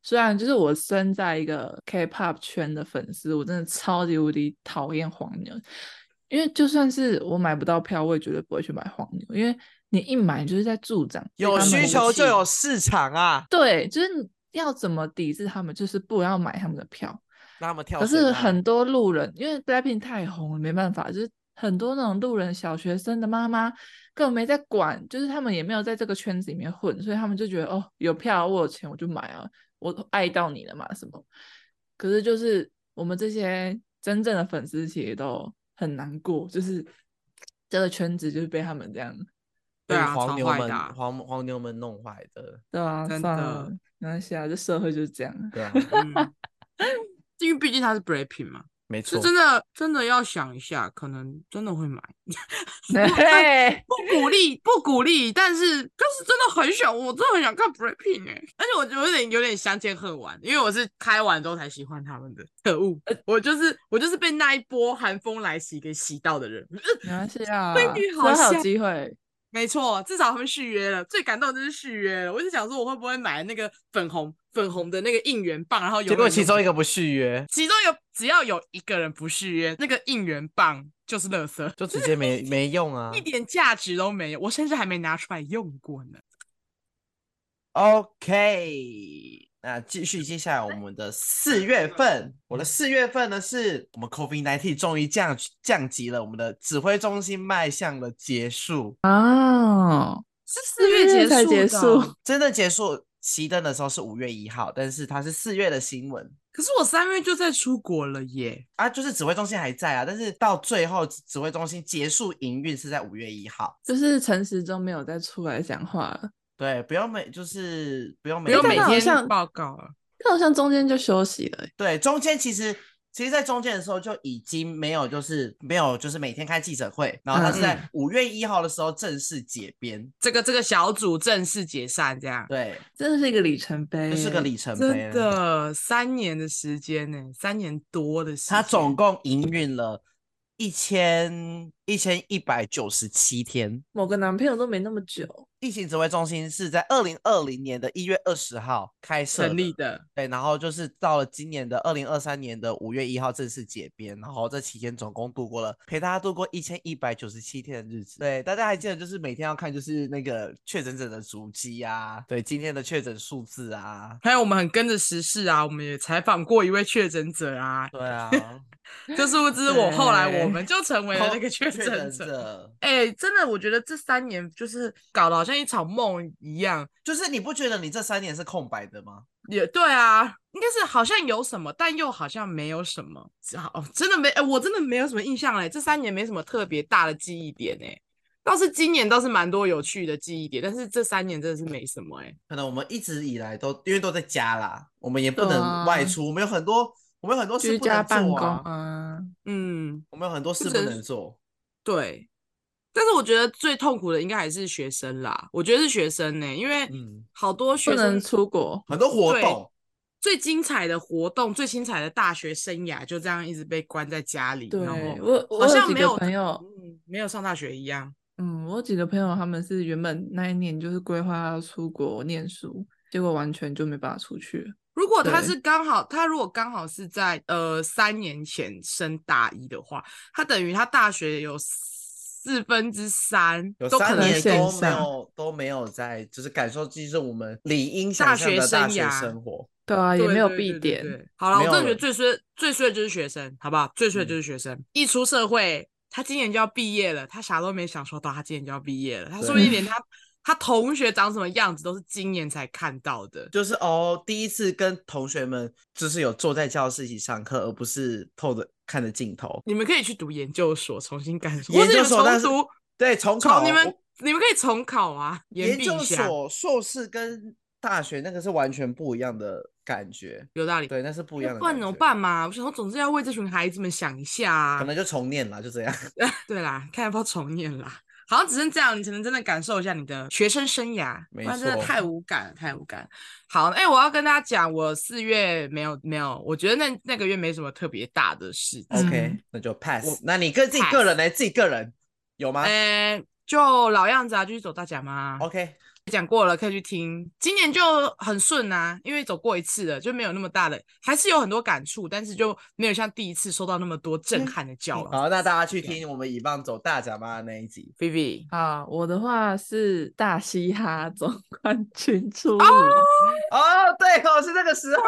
Speaker 3: 虽然就是我身在一个 K-pop 圈的粉丝，我真的超级无敌讨厌黄牛，因为就算是我买不到票，我也绝对不会去买黄牛，因为你一买就是在助长
Speaker 1: 有
Speaker 3: 他们
Speaker 1: 需
Speaker 3: 的
Speaker 1: 求就
Speaker 3: 气
Speaker 1: 有市场啊，
Speaker 3: 对，就是你要怎么抵制他们，就是不要买他们的票。
Speaker 1: 让他们跳
Speaker 3: 可
Speaker 1: 水
Speaker 3: 是
Speaker 1: 卖。
Speaker 3: 很多路人，因为 Blackpink 太红了，没办法，就是很多那种路人小学生的妈妈根本没在管，就是他们也没有在这个圈子里面混，所以他们就觉得哦，有票我有钱我就买啊，我爱到你了嘛什么。可是就是我们这些真正的粉丝其实都很难过，就是这个圈子就是被他们这样，
Speaker 1: 被
Speaker 2: 对啊，
Speaker 1: 黄
Speaker 2: 超
Speaker 1: 牛
Speaker 2: 坏
Speaker 1: 们
Speaker 2: 的啊、
Speaker 1: 黄黄牛们弄坏的，
Speaker 3: 对啊，
Speaker 2: 真
Speaker 3: 算
Speaker 2: 的
Speaker 3: 了，没关系啊，这社会就是这样。
Speaker 1: 对啊，
Speaker 2: 嗯，因为毕竟他是 Blackpink 嘛，
Speaker 1: 没错
Speaker 2: 是，真的真的要想一下，可能真的会买。
Speaker 3: 对。
Speaker 2: 不鼓励，不鼓励，但是但是真的很想，我真的很想看 Blackpink 哎、而且我觉得有点有点相见恨晚，因为我是开完之后才喜欢他们的，可恶，
Speaker 1: 呃
Speaker 2: 我就是我就是被那一波寒风来袭给洗到的人。
Speaker 3: 没关系啊，
Speaker 2: 闺女
Speaker 3: 只
Speaker 2: 好
Speaker 3: 要还
Speaker 2: 像
Speaker 3: 有机会。
Speaker 2: 没错，至少他们续约了，最感动的就是续约了。我就想说我会不会买那个粉红粉红的那个应援棒，然后
Speaker 1: 结果
Speaker 2: 永远都
Speaker 1: 其中
Speaker 2: 不
Speaker 1: 一个不续约，
Speaker 2: 其中有只要有一个人不续约，那个应援棒就是垃圾。
Speaker 1: 就直接没没用啊
Speaker 2: 一。点价值都没有，我甚至还没拿出来用过呢。
Speaker 1: OK，那继续接下来我们的四月份，我的四月份呢是我们 COVID-19 终于降降级了，我们的指挥中心迈向了结束，
Speaker 3: 哦，
Speaker 2: 是
Speaker 3: 四月
Speaker 2: 结
Speaker 3: 才
Speaker 2: 束
Speaker 3: 结
Speaker 2: 的
Speaker 3: 束哦
Speaker 1: 真的结束。熄灯的时候是五月一号，但是它是四月的新闻
Speaker 2: 可是我三月就在出国了耶，
Speaker 1: 啊，就是指挥中心还在啊，但是到最后指指挥中心结束营运是在五月一号。
Speaker 3: 就是陈时中没有再出来讲话了，
Speaker 1: 对，不用每就是不用每
Speaker 2: 没有
Speaker 3: 但
Speaker 2: 每
Speaker 3: 他好
Speaker 2: 天
Speaker 3: 像
Speaker 2: 报告啊。
Speaker 3: 他好像中间就休息了欸。
Speaker 1: 对，中间其实其实，在中间的时候就已经没有，就是没有，就是每天开记者会，然后
Speaker 2: 嗯
Speaker 1: 他是在五月一号的时候正式解编，
Speaker 2: 这个这个小组正式解散，这样
Speaker 1: 对，
Speaker 3: 真的是一个里程碑，欸
Speaker 1: 这是
Speaker 2: 嗯
Speaker 1: 个里程碑
Speaker 2: 真。的三年的时间呢、三年多的时间。
Speaker 1: 他总共营运了一千一千一百九十七天。
Speaker 3: 某个男朋友都没那么久，
Speaker 2: 哦
Speaker 1: 疫情指挥中心是在二零二零年的一月二十号开设
Speaker 2: 成立的，
Speaker 1: 对，然后就是到了今年的二零二三年的五月一号正式解编，然后这期间总共度过了陪大家度过一千一百九十七天的日子。对，大家还记得就是每天要看就是那个确诊者的足迹啊，对，今天的确诊数字 啊，
Speaker 2: 还有我们很跟着时事啊，我们也采访过一位确诊者啊，
Speaker 1: 对啊，
Speaker 2: 这殊不知我后来
Speaker 3: 对
Speaker 2: 我们就成为了那个确
Speaker 1: 哦确
Speaker 2: 诊
Speaker 1: 诊
Speaker 2: 者。
Speaker 1: 者，
Speaker 2: 哎、真的，我觉得这三年就是搞得好像一场梦一样。
Speaker 1: 就是你不觉得你这三年是空白的吗？
Speaker 2: 也对啊，应该是好像有什么，但又好像没有什么。好，真的没，哎、我真的没有什么印象哎，这三年没什么特别大的记忆点哎。倒是今年倒是蛮多有趣的记忆点，但是这三年真的是没什么哎、
Speaker 1: 可能我们一直以来都因为都在家啦，我们也不
Speaker 3: 对
Speaker 1: 能外
Speaker 3: 啊
Speaker 1: 出，我们有很多我们有很多事
Speaker 3: 居
Speaker 1: 不能
Speaker 3: 家办
Speaker 1: 做
Speaker 3: 公
Speaker 1: 啊，
Speaker 3: 啊，
Speaker 2: 嗯，
Speaker 1: 我们有很多事不
Speaker 2: 只
Speaker 1: 能
Speaker 2: 是
Speaker 1: 做。
Speaker 2: 对。但是我觉得最痛苦的应该还是学生啦，我觉得是学生呢、因为
Speaker 1: 嗯
Speaker 2: 好多
Speaker 3: 不
Speaker 2: 学生
Speaker 3: 能出国，
Speaker 1: 很多活
Speaker 2: 对
Speaker 1: 动，
Speaker 2: 最精彩的活动、最精彩的大学生涯就这样一直被关在家里，
Speaker 3: 对
Speaker 2: 然后
Speaker 3: 我，我
Speaker 2: 好像
Speaker 3: 几
Speaker 2: 没
Speaker 3: 个
Speaker 2: 有
Speaker 3: 朋友，
Speaker 2: 嗯，没有上大学一样。
Speaker 3: 嗯，我有几个朋友他们是原本那一年就是规划要出国念书，结果完全就没办法出去了。
Speaker 2: 如果他
Speaker 3: 对
Speaker 2: 是刚好，他如果刚好是在呃三年前升大一的话，他等于他大学有四分之三
Speaker 1: 有
Speaker 2: 都可
Speaker 1: 三
Speaker 2: 能
Speaker 1: 年
Speaker 3: 是线
Speaker 1: 都没
Speaker 3: 上
Speaker 1: 有都没有在，就是感受，就是我们理应想
Speaker 2: 大
Speaker 1: 象
Speaker 2: 学
Speaker 1: 的大
Speaker 2: 生
Speaker 1: 学
Speaker 2: 涯
Speaker 1: 生活。
Speaker 3: 对啊，也
Speaker 2: 对
Speaker 3: 没有
Speaker 2: 对
Speaker 3: 必
Speaker 2: 对对
Speaker 3: 点，
Speaker 2: 对好了，我
Speaker 1: 没有
Speaker 2: 真的觉得
Speaker 1: 了
Speaker 2: 最衰最衰的就是学生，好不好？最衰的
Speaker 1: 嗯
Speaker 2: 就是学生，一出社会，他今年就要毕业了，他啥都没享受到，他今年就要毕业了，他说不
Speaker 1: 对
Speaker 2: 定连他他同学长什么样子都是今年才看到的。
Speaker 1: 就是哦，第一次跟同学们就是有坐在教室一起上课，而不是透着看着镜头。
Speaker 2: 你们可以去读研究所，重新感受，
Speaker 1: 研究所
Speaker 2: 或
Speaker 1: 但
Speaker 2: 是
Speaker 1: 是
Speaker 2: 你们重读，
Speaker 1: 对重考
Speaker 2: 重你们
Speaker 1: 我
Speaker 2: 你们可以重考啊，
Speaker 1: 研
Speaker 2: 毕一
Speaker 1: 究
Speaker 2: 下，
Speaker 1: 所硕士跟大学那个是完全不一样的感觉，
Speaker 2: 有道理。
Speaker 1: 对，那是不一
Speaker 2: 那
Speaker 1: 样的
Speaker 2: 不然
Speaker 1: 感
Speaker 2: 怎么
Speaker 1: 觉。
Speaker 2: 办嘛？我想说，总是要为这群孩子们想一下啊。
Speaker 1: 可能就重念啦，就这样。
Speaker 2: 对啦，看要不要重念啦。好像只剩这样，你才能真的感受一下你的学生生涯，不
Speaker 1: 没
Speaker 2: 然真的
Speaker 1: 错
Speaker 2: 太无感了，太无感了。好，哎、我要跟大家讲，我四月没有没有，我觉得那那个月没什么特别大的事情。
Speaker 1: OK，、
Speaker 3: 嗯
Speaker 1: 那就 pass。那你跟自己个人呢？自己个人有吗、
Speaker 2: 哎、就老样子啊，就是走大甲嘛。
Speaker 1: o k
Speaker 2: 讲过了，可以去听。今年就很顺啊，因为走过一次了，就没有那么大的，还是有很多感触，但是就没有像第一次受到那么多震撼的教导。
Speaker 1: 嗯好，那大家去听我们以棒走大甲妈的那一集。
Speaker 2: Vivi，
Speaker 3: 啊，我的话是大嘻哈总 冠军出炉，
Speaker 1: 哦，对哦，是那个时候。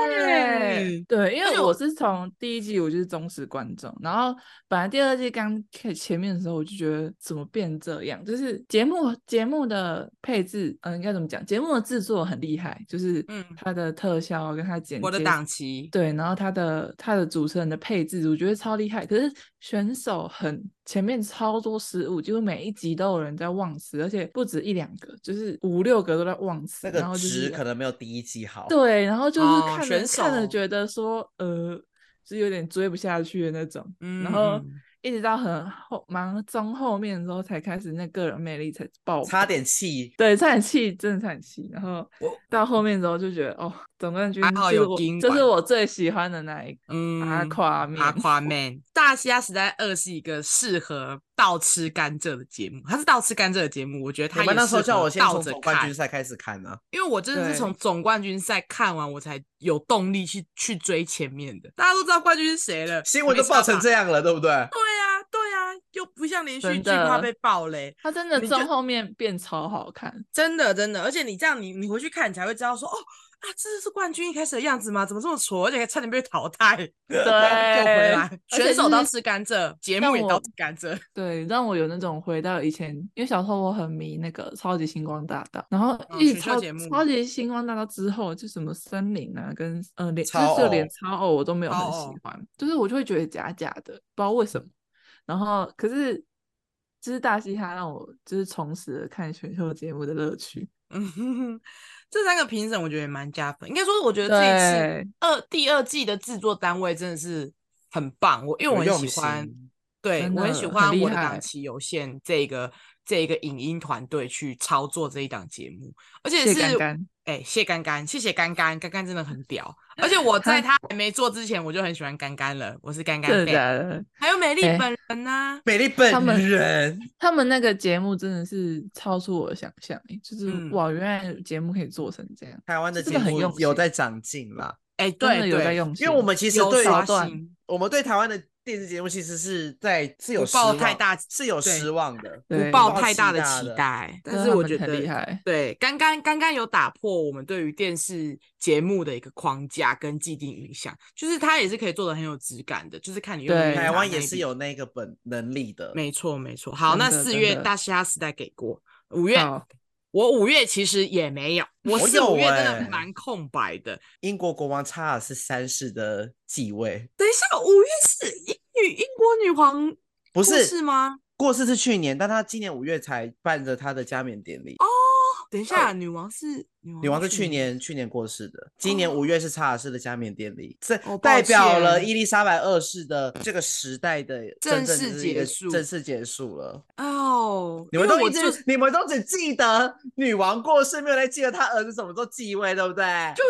Speaker 3: 对对，因
Speaker 2: 而且
Speaker 3: 为
Speaker 2: 我
Speaker 3: 我是从第一季我就是忠实观众，然后本来第二季刚开前面的时候我就觉得怎么变这样，就是节目节目的配置，嗯、应该怎么讲？节目的制作很厉害，就是
Speaker 2: 嗯
Speaker 3: 它的特效跟它剪
Speaker 2: 我的
Speaker 3: 接
Speaker 2: 档期，
Speaker 3: 对，然后他的他的主持人的配置，我觉得超厉害。可是选手很前面超多失误，几乎每一集都有人在忘词，而且不止一两个，就是五六个都在忘词。
Speaker 1: 那
Speaker 3: 然
Speaker 1: 个
Speaker 3: 后就
Speaker 1: 值
Speaker 3: 是
Speaker 1: 可能没有第一季好。，
Speaker 3: 对，然后就是
Speaker 2: 哦
Speaker 3: 看了、
Speaker 2: 选
Speaker 3: 看了
Speaker 2: 手
Speaker 3: 觉得说呃，是有点追不下去的那种。
Speaker 2: 嗯，
Speaker 3: 然后
Speaker 2: 嗯
Speaker 3: 一直到很后忙中后面的时候才开始那个人魅力才爆
Speaker 1: 差
Speaker 3: 发
Speaker 1: 点气。
Speaker 3: 对，差点气，真的差点气。然后
Speaker 2: 我
Speaker 3: 到后面之后就觉得，哦，总冠军就
Speaker 2: 好
Speaker 3: 是
Speaker 2: 有
Speaker 3: 我
Speaker 2: 金
Speaker 3: 这是
Speaker 2: 管
Speaker 3: 我最喜欢的那一个
Speaker 2: 嗯
Speaker 3: 阿
Speaker 1: 啊
Speaker 3: 夸面，
Speaker 2: 阿夸 man，大西亚时代二是一个适合倒吃甘蔗的节目，它是倒吃甘蔗的节目，我觉得它
Speaker 1: 你们
Speaker 2: 也
Speaker 1: 那时候
Speaker 2: 适
Speaker 1: 叫
Speaker 2: 合
Speaker 1: 我先
Speaker 2: 倒
Speaker 1: 从
Speaker 2: 着
Speaker 1: 总冠
Speaker 2: 看
Speaker 1: 军赛开始看啊呢、
Speaker 2: 因为我真的
Speaker 3: 对
Speaker 2: 是从总冠军赛看完，我才有动力去去追前面的。大家都知道冠军是谁了，
Speaker 1: 新闻
Speaker 2: 没
Speaker 1: 都报
Speaker 2: 差
Speaker 1: 成
Speaker 2: 吧
Speaker 1: 这样了，对不对？
Speaker 2: 对啊，对啊，又不像连续
Speaker 3: 真
Speaker 2: 剧怕
Speaker 3: 的
Speaker 2: 被爆雷，
Speaker 3: 他真的
Speaker 2: 你
Speaker 3: 中
Speaker 2: 就
Speaker 3: 后面变超好 看，
Speaker 2: 真的真的。而且你这样，你你回去看，你才会知道说，哦啊，这是冠军一开始的样子吗？怎么这么挫，而且还差点被淘汰，
Speaker 3: 对，
Speaker 2: 救回
Speaker 1: 哎
Speaker 2: 来。
Speaker 3: 而且
Speaker 2: 选手
Speaker 3: 就
Speaker 2: 都
Speaker 3: 是
Speaker 2: 吃甘蔗，节
Speaker 3: 让
Speaker 2: 目也都
Speaker 3: 我
Speaker 2: 吃甘蔗。
Speaker 3: 对，让我有那种回到以前，因为小时候我很迷那个超级星光大道，然后
Speaker 2: 嗯
Speaker 3: 一直
Speaker 2: 选秀
Speaker 3: 超、
Speaker 2: 节目
Speaker 3: 超级星光大道之后，就什么森林啊，跟呃连就
Speaker 1: 超
Speaker 3: 是就连
Speaker 1: 偶
Speaker 3: 超偶我都没有很
Speaker 2: 超偶
Speaker 3: 喜欢，就是我就会觉得假假的，不知道为什么。然后可是就是大嘻哈让我就是重拾了看选秀节目的乐趣，
Speaker 2: 嗯， 这三个评审我觉得也蛮加分。应该说，我觉得这一次
Speaker 3: 对
Speaker 2: 二第二季的制作单位真的是很棒，我因为我
Speaker 1: 有
Speaker 2: 很
Speaker 1: 用
Speaker 2: 喜欢
Speaker 1: 心，
Speaker 2: 对
Speaker 3: 真
Speaker 2: 我
Speaker 3: 的
Speaker 2: 很喜
Speaker 3: 很
Speaker 2: 欢
Speaker 3: 厉
Speaker 2: 我的
Speaker 3: 害
Speaker 2: 档期有限这个这个影音团队去操作这一档节目，而且
Speaker 3: 谢
Speaker 2: 是
Speaker 3: 干干
Speaker 2: 哎、谢干干，谢谢干干，干干真的很屌。 而且我在他还没做之前，我就很喜欢干干了，我是干干
Speaker 3: 真的
Speaker 2: fan
Speaker 3: 假的？
Speaker 2: 还有美丽
Speaker 3: 哎
Speaker 2: 本人呐、
Speaker 1: 美丽
Speaker 3: 他
Speaker 1: 本
Speaker 3: 们
Speaker 1: 人，
Speaker 3: 他们那个节目真的是超出我的想象欸，就是、
Speaker 2: 嗯
Speaker 3: 哇，原来节目可以做成这样，
Speaker 1: 台湾的
Speaker 3: 这
Speaker 1: 节
Speaker 3: 个很
Speaker 1: 目
Speaker 3: 用
Speaker 1: 有
Speaker 3: 心
Speaker 1: 在长进啦，
Speaker 2: 哎、
Speaker 3: 真
Speaker 2: 对
Speaker 3: 的
Speaker 2: 对，
Speaker 3: 有在用心，
Speaker 1: 因为我们其实
Speaker 2: 有
Speaker 1: 对
Speaker 2: 刷
Speaker 3: 手段
Speaker 2: 新
Speaker 1: 我们对台湾的电视节目其实是在是有
Speaker 2: 不抱
Speaker 1: 失
Speaker 2: 太
Speaker 1: 望
Speaker 2: 大
Speaker 1: 是有
Speaker 2: 对
Speaker 1: 失望的，
Speaker 3: 对
Speaker 2: 不抱
Speaker 1: 抱
Speaker 2: 太
Speaker 1: 期
Speaker 2: 大的
Speaker 1: 待
Speaker 2: 期
Speaker 1: 的
Speaker 2: 待，
Speaker 3: 真
Speaker 2: 但
Speaker 3: 的
Speaker 2: 是
Speaker 3: 他
Speaker 2: 我
Speaker 3: 们
Speaker 2: 觉
Speaker 3: 很厉
Speaker 2: 得
Speaker 3: 害，
Speaker 2: 对，刚刚刚刚有打破我们对于电视节目的一个框架跟既定印象，就是它也是可以做的很有质感的，就是看你用不
Speaker 3: 对
Speaker 2: 用
Speaker 1: 台
Speaker 2: 拿
Speaker 1: 湾
Speaker 2: 那
Speaker 1: 也
Speaker 2: 一
Speaker 1: 是
Speaker 2: 笔
Speaker 1: 有那个本能力的，
Speaker 2: 没错，没错。好，
Speaker 3: 真
Speaker 2: 那
Speaker 3: 的
Speaker 2: 四
Speaker 3: 真
Speaker 2: 月
Speaker 3: 的
Speaker 2: 大嘻哈时代给过，五月
Speaker 3: 好
Speaker 2: 我五月其实也没有，我
Speaker 1: 我
Speaker 2: 四五
Speaker 1: 有
Speaker 2: 月真的
Speaker 1: 欸
Speaker 2: 蛮空白的。
Speaker 1: 英国国王查尔斯三世的继位，
Speaker 2: 等一下，五月是英女英国女哦皇
Speaker 1: 不
Speaker 2: 过
Speaker 1: 是
Speaker 2: 世吗？
Speaker 1: 过世是去年，但他今年五月才办着他的加冕典礼。
Speaker 2: 哦等一下，女王是女王，
Speaker 1: 哦女王是去年去年过世的，今年
Speaker 2: 哦
Speaker 1: 五月是查尔斯的加冕典礼，这
Speaker 2: 哦抱
Speaker 1: 代表了
Speaker 2: 歉
Speaker 1: 伊丽莎白二世的这个时代的真
Speaker 2: 正
Speaker 1: 正
Speaker 2: 式
Speaker 1: 就是一个
Speaker 2: 结束
Speaker 1: 正式结束了。
Speaker 2: 哦，
Speaker 1: 你
Speaker 2: 因
Speaker 1: 们
Speaker 2: 为
Speaker 1: 都
Speaker 2: 我
Speaker 1: 一直
Speaker 2: 就
Speaker 1: 你们都只记得女王过世，没有来记得她儿子什么时候继位，对不对？就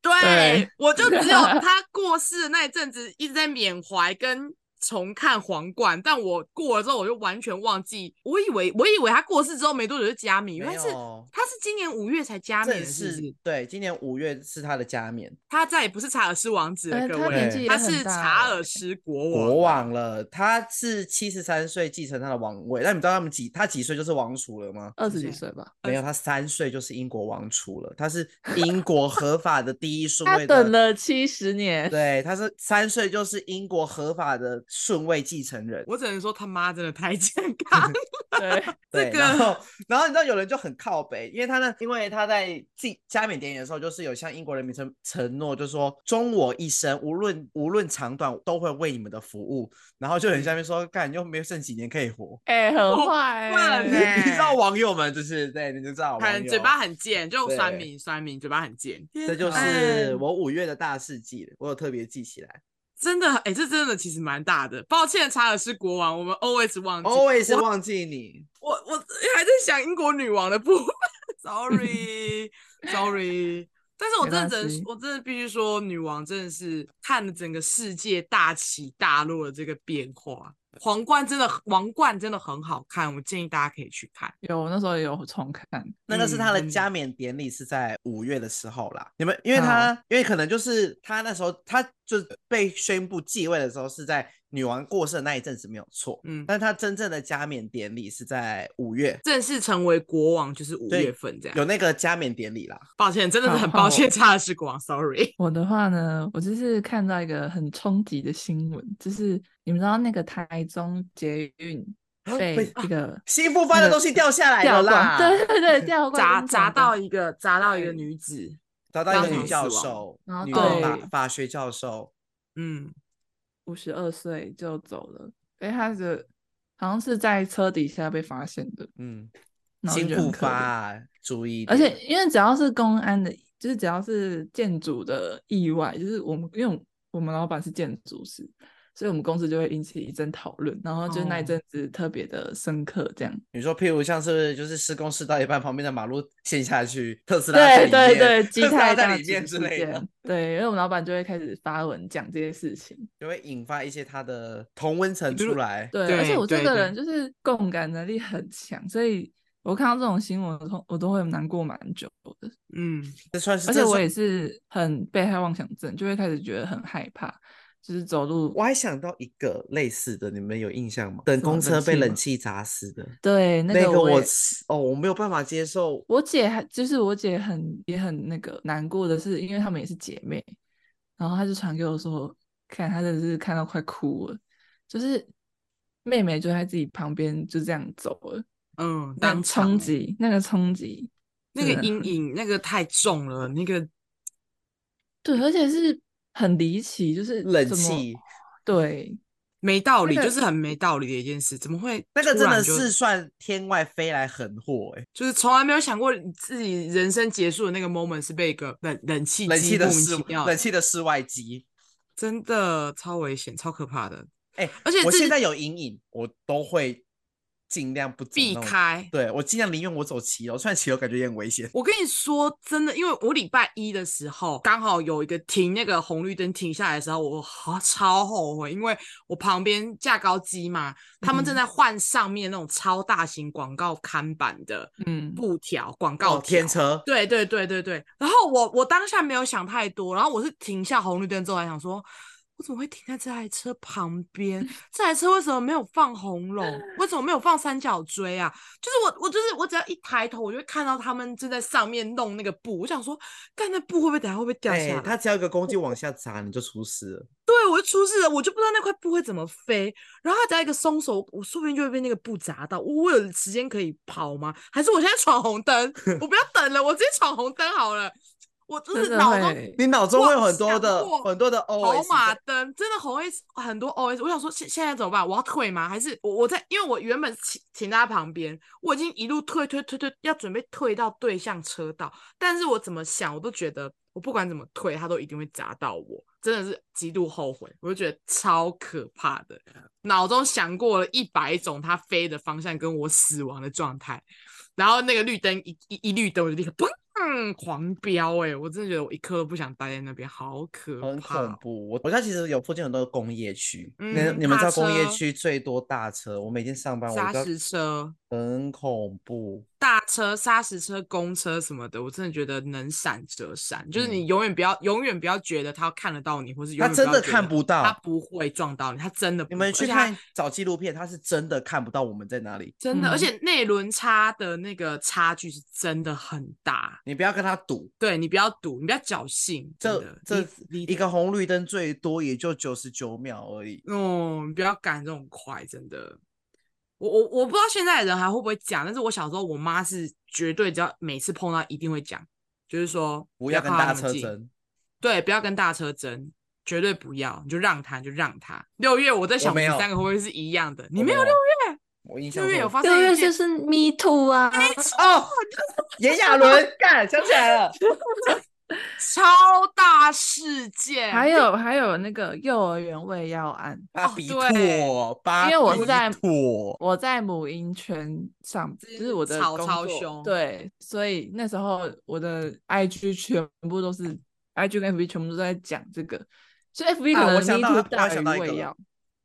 Speaker 2: 对
Speaker 3: 对，
Speaker 2: 我就 只有他过世的那一阵子一直在缅怀跟重看皇冠，但我过了之后我就完全忘记，我以为我以为他过世之后没多久就加冕，原
Speaker 1: 没
Speaker 2: 来是
Speaker 1: 有
Speaker 2: 他是今年五月才加冕
Speaker 1: 正
Speaker 2: 的，是不
Speaker 1: 式
Speaker 2: 是？
Speaker 1: 对，今年五月是她的加冕
Speaker 2: 他再也不是查尔斯王子了，
Speaker 3: 哎
Speaker 2: 各
Speaker 3: 他
Speaker 2: 位，
Speaker 1: 年
Speaker 3: 年纪
Speaker 1: 纪
Speaker 3: 也
Speaker 2: 他
Speaker 3: 很
Speaker 2: 是查尔斯 国王。
Speaker 1: 国王了，她是七十三岁继承她的王位。那你知道他们几她几岁就是王储了吗？
Speaker 3: 二十几
Speaker 2: 对
Speaker 3: 岁吧，
Speaker 1: 没有，
Speaker 2: 呃
Speaker 1: 她三岁就是英国王储了，她是英国合法的第 一顺
Speaker 3: 他
Speaker 1: 位的
Speaker 3: 等了七十年，
Speaker 1: 对，他是三岁就是英国合法的顺位继承人。
Speaker 2: 我只能说他妈真的太健 康了，
Speaker 3: 对，
Speaker 1: 对，
Speaker 2: 这
Speaker 1: 然
Speaker 2: 个
Speaker 1: 后然后你知道有人就很靠北，因为他呢，因为他在进加冕典礼的时候，就是有向英国人民承承诺，就说终我一生，无论无论长短，都会为你们的服务。然后就有人下面说，干又没有剩几年可以 活。
Speaker 3: 哎、
Speaker 2: 我
Speaker 3: 很坏、
Speaker 2: 惯了
Speaker 3: 欸，
Speaker 1: 你知道网友们就是对，你就知道网
Speaker 2: 很
Speaker 1: 友
Speaker 2: 嘴巴很贱，就
Speaker 1: 对
Speaker 2: 酸民酸民，嘴巴很贱。
Speaker 1: 这就
Speaker 2: 哎
Speaker 1: 是我五月的大事记了，我有特别记起来
Speaker 2: 真的，哎、这真的其实蛮大的。抱歉，查尔斯国王，我们 always 忘记。
Speaker 1: ，always 忘记你。
Speaker 2: 我我还在想英国女王的部分 ，sorry sorry。但是我
Speaker 3: 没
Speaker 2: 真的
Speaker 3: 关
Speaker 2: 只能
Speaker 3: 系，
Speaker 2: 我真的必须说，女王真的是看了整个世界大起大落的这个变化。皇冠真的，王冠真的很好看，我建议大家可以去看。
Speaker 3: 有我那时候也有重看，
Speaker 1: 那个是
Speaker 2: 嗯
Speaker 1: 他的
Speaker 2: 真的
Speaker 1: 加冕典礼是在五月的时候啦。你们因为
Speaker 3: 好
Speaker 1: 他因为可能就是他那时候他就是被宣布继位的时候是在女王过世的那一阵子没有错，
Speaker 2: 嗯
Speaker 1: 但他真正的加冕典礼是在五月，
Speaker 2: 正式成为国王就是五
Speaker 1: 对
Speaker 2: 月份这
Speaker 1: 有
Speaker 2: 样。
Speaker 1: 那个加冕典礼啦。
Speaker 2: 抱歉，真的是
Speaker 3: 好
Speaker 2: 很
Speaker 3: 换
Speaker 2: 抱
Speaker 3: 我
Speaker 2: 歉，查尔斯国王，sorry。
Speaker 3: 我的话呢，我就是看到一个很冲击的新闻，就是你们知道那个台中捷运
Speaker 1: 啊
Speaker 3: 被
Speaker 1: 被
Speaker 3: 一个
Speaker 1: 新复发的
Speaker 3: 那个
Speaker 1: 东西掉下来了
Speaker 3: 掉
Speaker 1: 啦，
Speaker 3: 光，对对对，掉光
Speaker 2: 砸砸到一个砸到一个
Speaker 3: 对
Speaker 2: 女子，
Speaker 1: 找到一
Speaker 2: 当
Speaker 1: 个女
Speaker 2: 场
Speaker 1: 教
Speaker 2: 死亡
Speaker 1: 授，
Speaker 3: 然后
Speaker 1: 女的
Speaker 2: 对
Speaker 1: 法法学教授，
Speaker 2: 嗯，
Speaker 3: 五十二岁就走了，因为他的好像是在车底下被发现的，
Speaker 1: 嗯，
Speaker 3: 然后就
Speaker 1: 新
Speaker 3: 觉得
Speaker 1: 复
Speaker 3: 很可
Speaker 1: 发
Speaker 3: 怜。
Speaker 1: 啊注意一
Speaker 3: 而
Speaker 1: 点，
Speaker 3: 且因为只要是公安的，就是只要是建筑的意外，就是我们因为我们老板是建筑师，所以我们公司就会引起一阵讨论，然后就那一
Speaker 2: 哦
Speaker 3: 阵子特别的深刻，这样。
Speaker 1: 你说，譬如像是就是施工施到一半，旁边的马路陷下去，特斯拉在
Speaker 3: 对
Speaker 1: 里
Speaker 3: 对
Speaker 1: 面
Speaker 3: 对，基
Speaker 1: 特斯拉
Speaker 3: 泰
Speaker 1: 在
Speaker 3: 大
Speaker 1: 里
Speaker 3: 直
Speaker 1: 面之
Speaker 3: 事
Speaker 1: 类的
Speaker 3: 件，对，因为我们老板就会开始发文讲这些事情。
Speaker 1: 就会引发一些他的同温层
Speaker 2: 比如
Speaker 1: 出来。
Speaker 3: 对，而
Speaker 2: 对
Speaker 3: 且我这
Speaker 2: 对
Speaker 3: 个
Speaker 2: 对
Speaker 3: 人就是共感能力很强，所以我看到这种新闻，我都我都会难过蛮久的。
Speaker 2: 嗯，
Speaker 1: 这算是，
Speaker 3: 而
Speaker 1: 这
Speaker 3: 且我
Speaker 1: 算
Speaker 3: 也是很被害妄想症，就会开始觉得很害怕，就是走路
Speaker 1: 我还想到一个类似的，你们有印象吗？等
Speaker 3: 什么
Speaker 1: 公
Speaker 3: 冷
Speaker 1: 车被
Speaker 3: 气
Speaker 1: 冷
Speaker 3: 吗
Speaker 1: 气砸死的
Speaker 3: 对那个
Speaker 1: 个
Speaker 3: 我
Speaker 1: 我
Speaker 3: 也
Speaker 1: 是哦，我没有办法接受。
Speaker 3: 我姐还就是我姐很也很那个难过的是，因为她们也是姐妹，然后她就传给我说，看她真的是看到快哭了，就是妹妹就在自己旁边就这样走了，
Speaker 2: 嗯，
Speaker 3: 那
Speaker 2: 当场
Speaker 3: 冲击那个冲击，
Speaker 2: 那个
Speaker 3: 真的
Speaker 2: 阴影，那个太重了，那个
Speaker 3: 对，而且是很离奇，就是
Speaker 1: 冷
Speaker 3: 怎么
Speaker 1: 气，
Speaker 3: 对，
Speaker 2: 没道理，
Speaker 3: 那个
Speaker 2: 就是很没道理的一件事，怎么会
Speaker 1: 那个
Speaker 2: 突
Speaker 1: 真
Speaker 2: 然
Speaker 1: 的
Speaker 2: 就是
Speaker 1: 算天外飞来横祸哎、
Speaker 2: 就是从来没有想过你自己人生结束的那个 moment 是被一个冷冷气
Speaker 1: 冷
Speaker 2: 机
Speaker 1: 气的
Speaker 2: 莫名
Speaker 1: 室
Speaker 2: 其妙
Speaker 1: 冷气的室外机。
Speaker 2: 真的超危险、超可怕的，
Speaker 1: 哎、
Speaker 2: 而且
Speaker 1: 我
Speaker 2: 这
Speaker 1: 现
Speaker 2: 是
Speaker 1: 在有阴影，我都会尽量不走
Speaker 2: 避
Speaker 1: 那种。
Speaker 2: 开。
Speaker 1: 对我尽量宁愿我走骑楼，虽然骑楼感觉也很危险。
Speaker 2: 我跟你说真的，因为我礼拜一的时候刚好有一个停那个红绿灯停下来的时候，我好超后悔，因为我旁边架高机嘛，他们正
Speaker 3: 嗯
Speaker 2: 在换上面那种超大型广告看板的
Speaker 3: 嗯，
Speaker 2: 布条、广告
Speaker 1: 告
Speaker 2: 条
Speaker 1: 哦天车，
Speaker 2: 对对对对对，然后我我当下没有想太多，然后我是停下红绿灯之后，还想说，我怎么会停在这台车旁边？这台车为什么没有放红龙？为什么没有放三角锥啊？就是我我就是我只要一抬头，我就会看到他们正在上面弄那个布，我想说，干那布会不会等下会不会掉
Speaker 1: 哎、
Speaker 2: 下来？
Speaker 1: 它只要一个公斤往下砸，你就出事了。
Speaker 2: 对我就出事了，我就不知道那块布会怎么飞，然后它只要一个松手，我说不定就会被那个布砸到。我我有时间可以跑吗？还是我现在闯红灯？我不要等了，我直接闯红灯好了。我就
Speaker 3: 真
Speaker 2: 是
Speaker 3: 的
Speaker 2: 脑中
Speaker 3: 会
Speaker 1: 你脑中
Speaker 2: 我
Speaker 1: 会有很
Speaker 2: 想
Speaker 1: 多的
Speaker 2: 过
Speaker 1: 很多的
Speaker 2: 跑
Speaker 1: OS
Speaker 2: 马
Speaker 1: 在
Speaker 2: 灯，真的红 A 很多 OS。我想说现现在怎么办？我要退吗？还是我我在？因为我原本停停在他旁边，我已经一路退退退退，要准备退到对向车道，但是我怎么想，我都觉得我不管怎么退，他都一定会砸到我，真的是极度后悔，我就觉得超可怕的，脑中想过了一百种他飞的方向跟我死亡的状态，然后那个绿灯一一一绿灯，我就立刻砰。狂飙哎、我真的觉得我一刻都不想待在那边，好可怕哦、
Speaker 1: 很恐怖。我我家其实有附近很多工业区，
Speaker 2: 嗯
Speaker 1: 你你们知
Speaker 2: 大
Speaker 1: 道工业
Speaker 2: 车
Speaker 1: 区最多大车，我每天上啊班我
Speaker 2: 砂
Speaker 1: 都要
Speaker 2: 石车、
Speaker 1: 很恐怖。
Speaker 2: 大车、砂石车、公车什么的，我真的觉得能闪则闪，就是
Speaker 1: 嗯
Speaker 2: 你永远不要、永远不要觉得他看得到你，或是永
Speaker 1: 他
Speaker 2: 远
Speaker 1: 真
Speaker 2: 不要
Speaker 1: 的
Speaker 2: 觉
Speaker 1: 看
Speaker 2: 得
Speaker 1: 不到
Speaker 2: 他不会撞到你，他真的不
Speaker 1: 你们
Speaker 2: 会
Speaker 1: 去，
Speaker 2: 而且
Speaker 1: 看
Speaker 2: 他
Speaker 1: 找纪录片，他是真的看不到我们在哪里。
Speaker 2: 真的，而
Speaker 3: 嗯
Speaker 2: 且内轮差的那个差距是真的很大。
Speaker 1: 你不要跟他赌，
Speaker 2: 对你不要赌，你不要侥幸，真
Speaker 1: 这
Speaker 2: 的
Speaker 1: 这
Speaker 2: 你
Speaker 1: 一个红绿灯最多也就九十九秒而已。
Speaker 2: 哦，你不要赶这种快，真的。我我我不知道现在的人还会不会讲，但是我小时候我妈是绝对只要每次碰到一定会讲，就是说
Speaker 1: 不
Speaker 2: 要
Speaker 1: 要跟
Speaker 2: 靠他
Speaker 1: 大
Speaker 2: 那么
Speaker 1: 车
Speaker 2: 近
Speaker 1: 争，
Speaker 2: 对，不要跟大车争，绝对不要，你就让他，你就让他。六月我在想，我
Speaker 1: 没
Speaker 2: 们
Speaker 1: 有
Speaker 2: 三个会不会是一样的？你
Speaker 1: 我
Speaker 2: 没有六
Speaker 1: 月，啊我印象
Speaker 2: 六月
Speaker 1: 中
Speaker 2: 有
Speaker 1: 我
Speaker 2: 发生
Speaker 4: 六
Speaker 2: 一
Speaker 4: 月
Speaker 2: 件
Speaker 4: 就是 Me Too 啊，
Speaker 1: 哦，炎亚纶，干想起来
Speaker 2: 哦
Speaker 1: 了，
Speaker 2: 超大事件，
Speaker 3: 还有还有那个幼儿园喂药案，
Speaker 1: 巴
Speaker 2: 哦
Speaker 1: 比
Speaker 2: 对
Speaker 1: 妥，巴
Speaker 3: 因为我
Speaker 1: 比
Speaker 3: 是在
Speaker 1: 妥，
Speaker 3: 我在母婴圈上，
Speaker 2: 就
Speaker 1: 嗯
Speaker 3: 就是
Speaker 2: 是
Speaker 3: 我的
Speaker 2: 吵
Speaker 3: 工
Speaker 2: 超
Speaker 3: 作
Speaker 2: 凶
Speaker 3: 对，所以那时候我的 IG 全部都是 IG 跟 FB 全部都在讲这个，所以 FB
Speaker 1: 啊
Speaker 3: 可
Speaker 1: 我
Speaker 3: 能
Speaker 1: 想
Speaker 3: Me
Speaker 1: 到
Speaker 3: Too
Speaker 1: 我
Speaker 3: 大
Speaker 1: 想
Speaker 3: 于
Speaker 1: 到一
Speaker 3: 喂
Speaker 1: 个
Speaker 3: 药
Speaker 1: 了，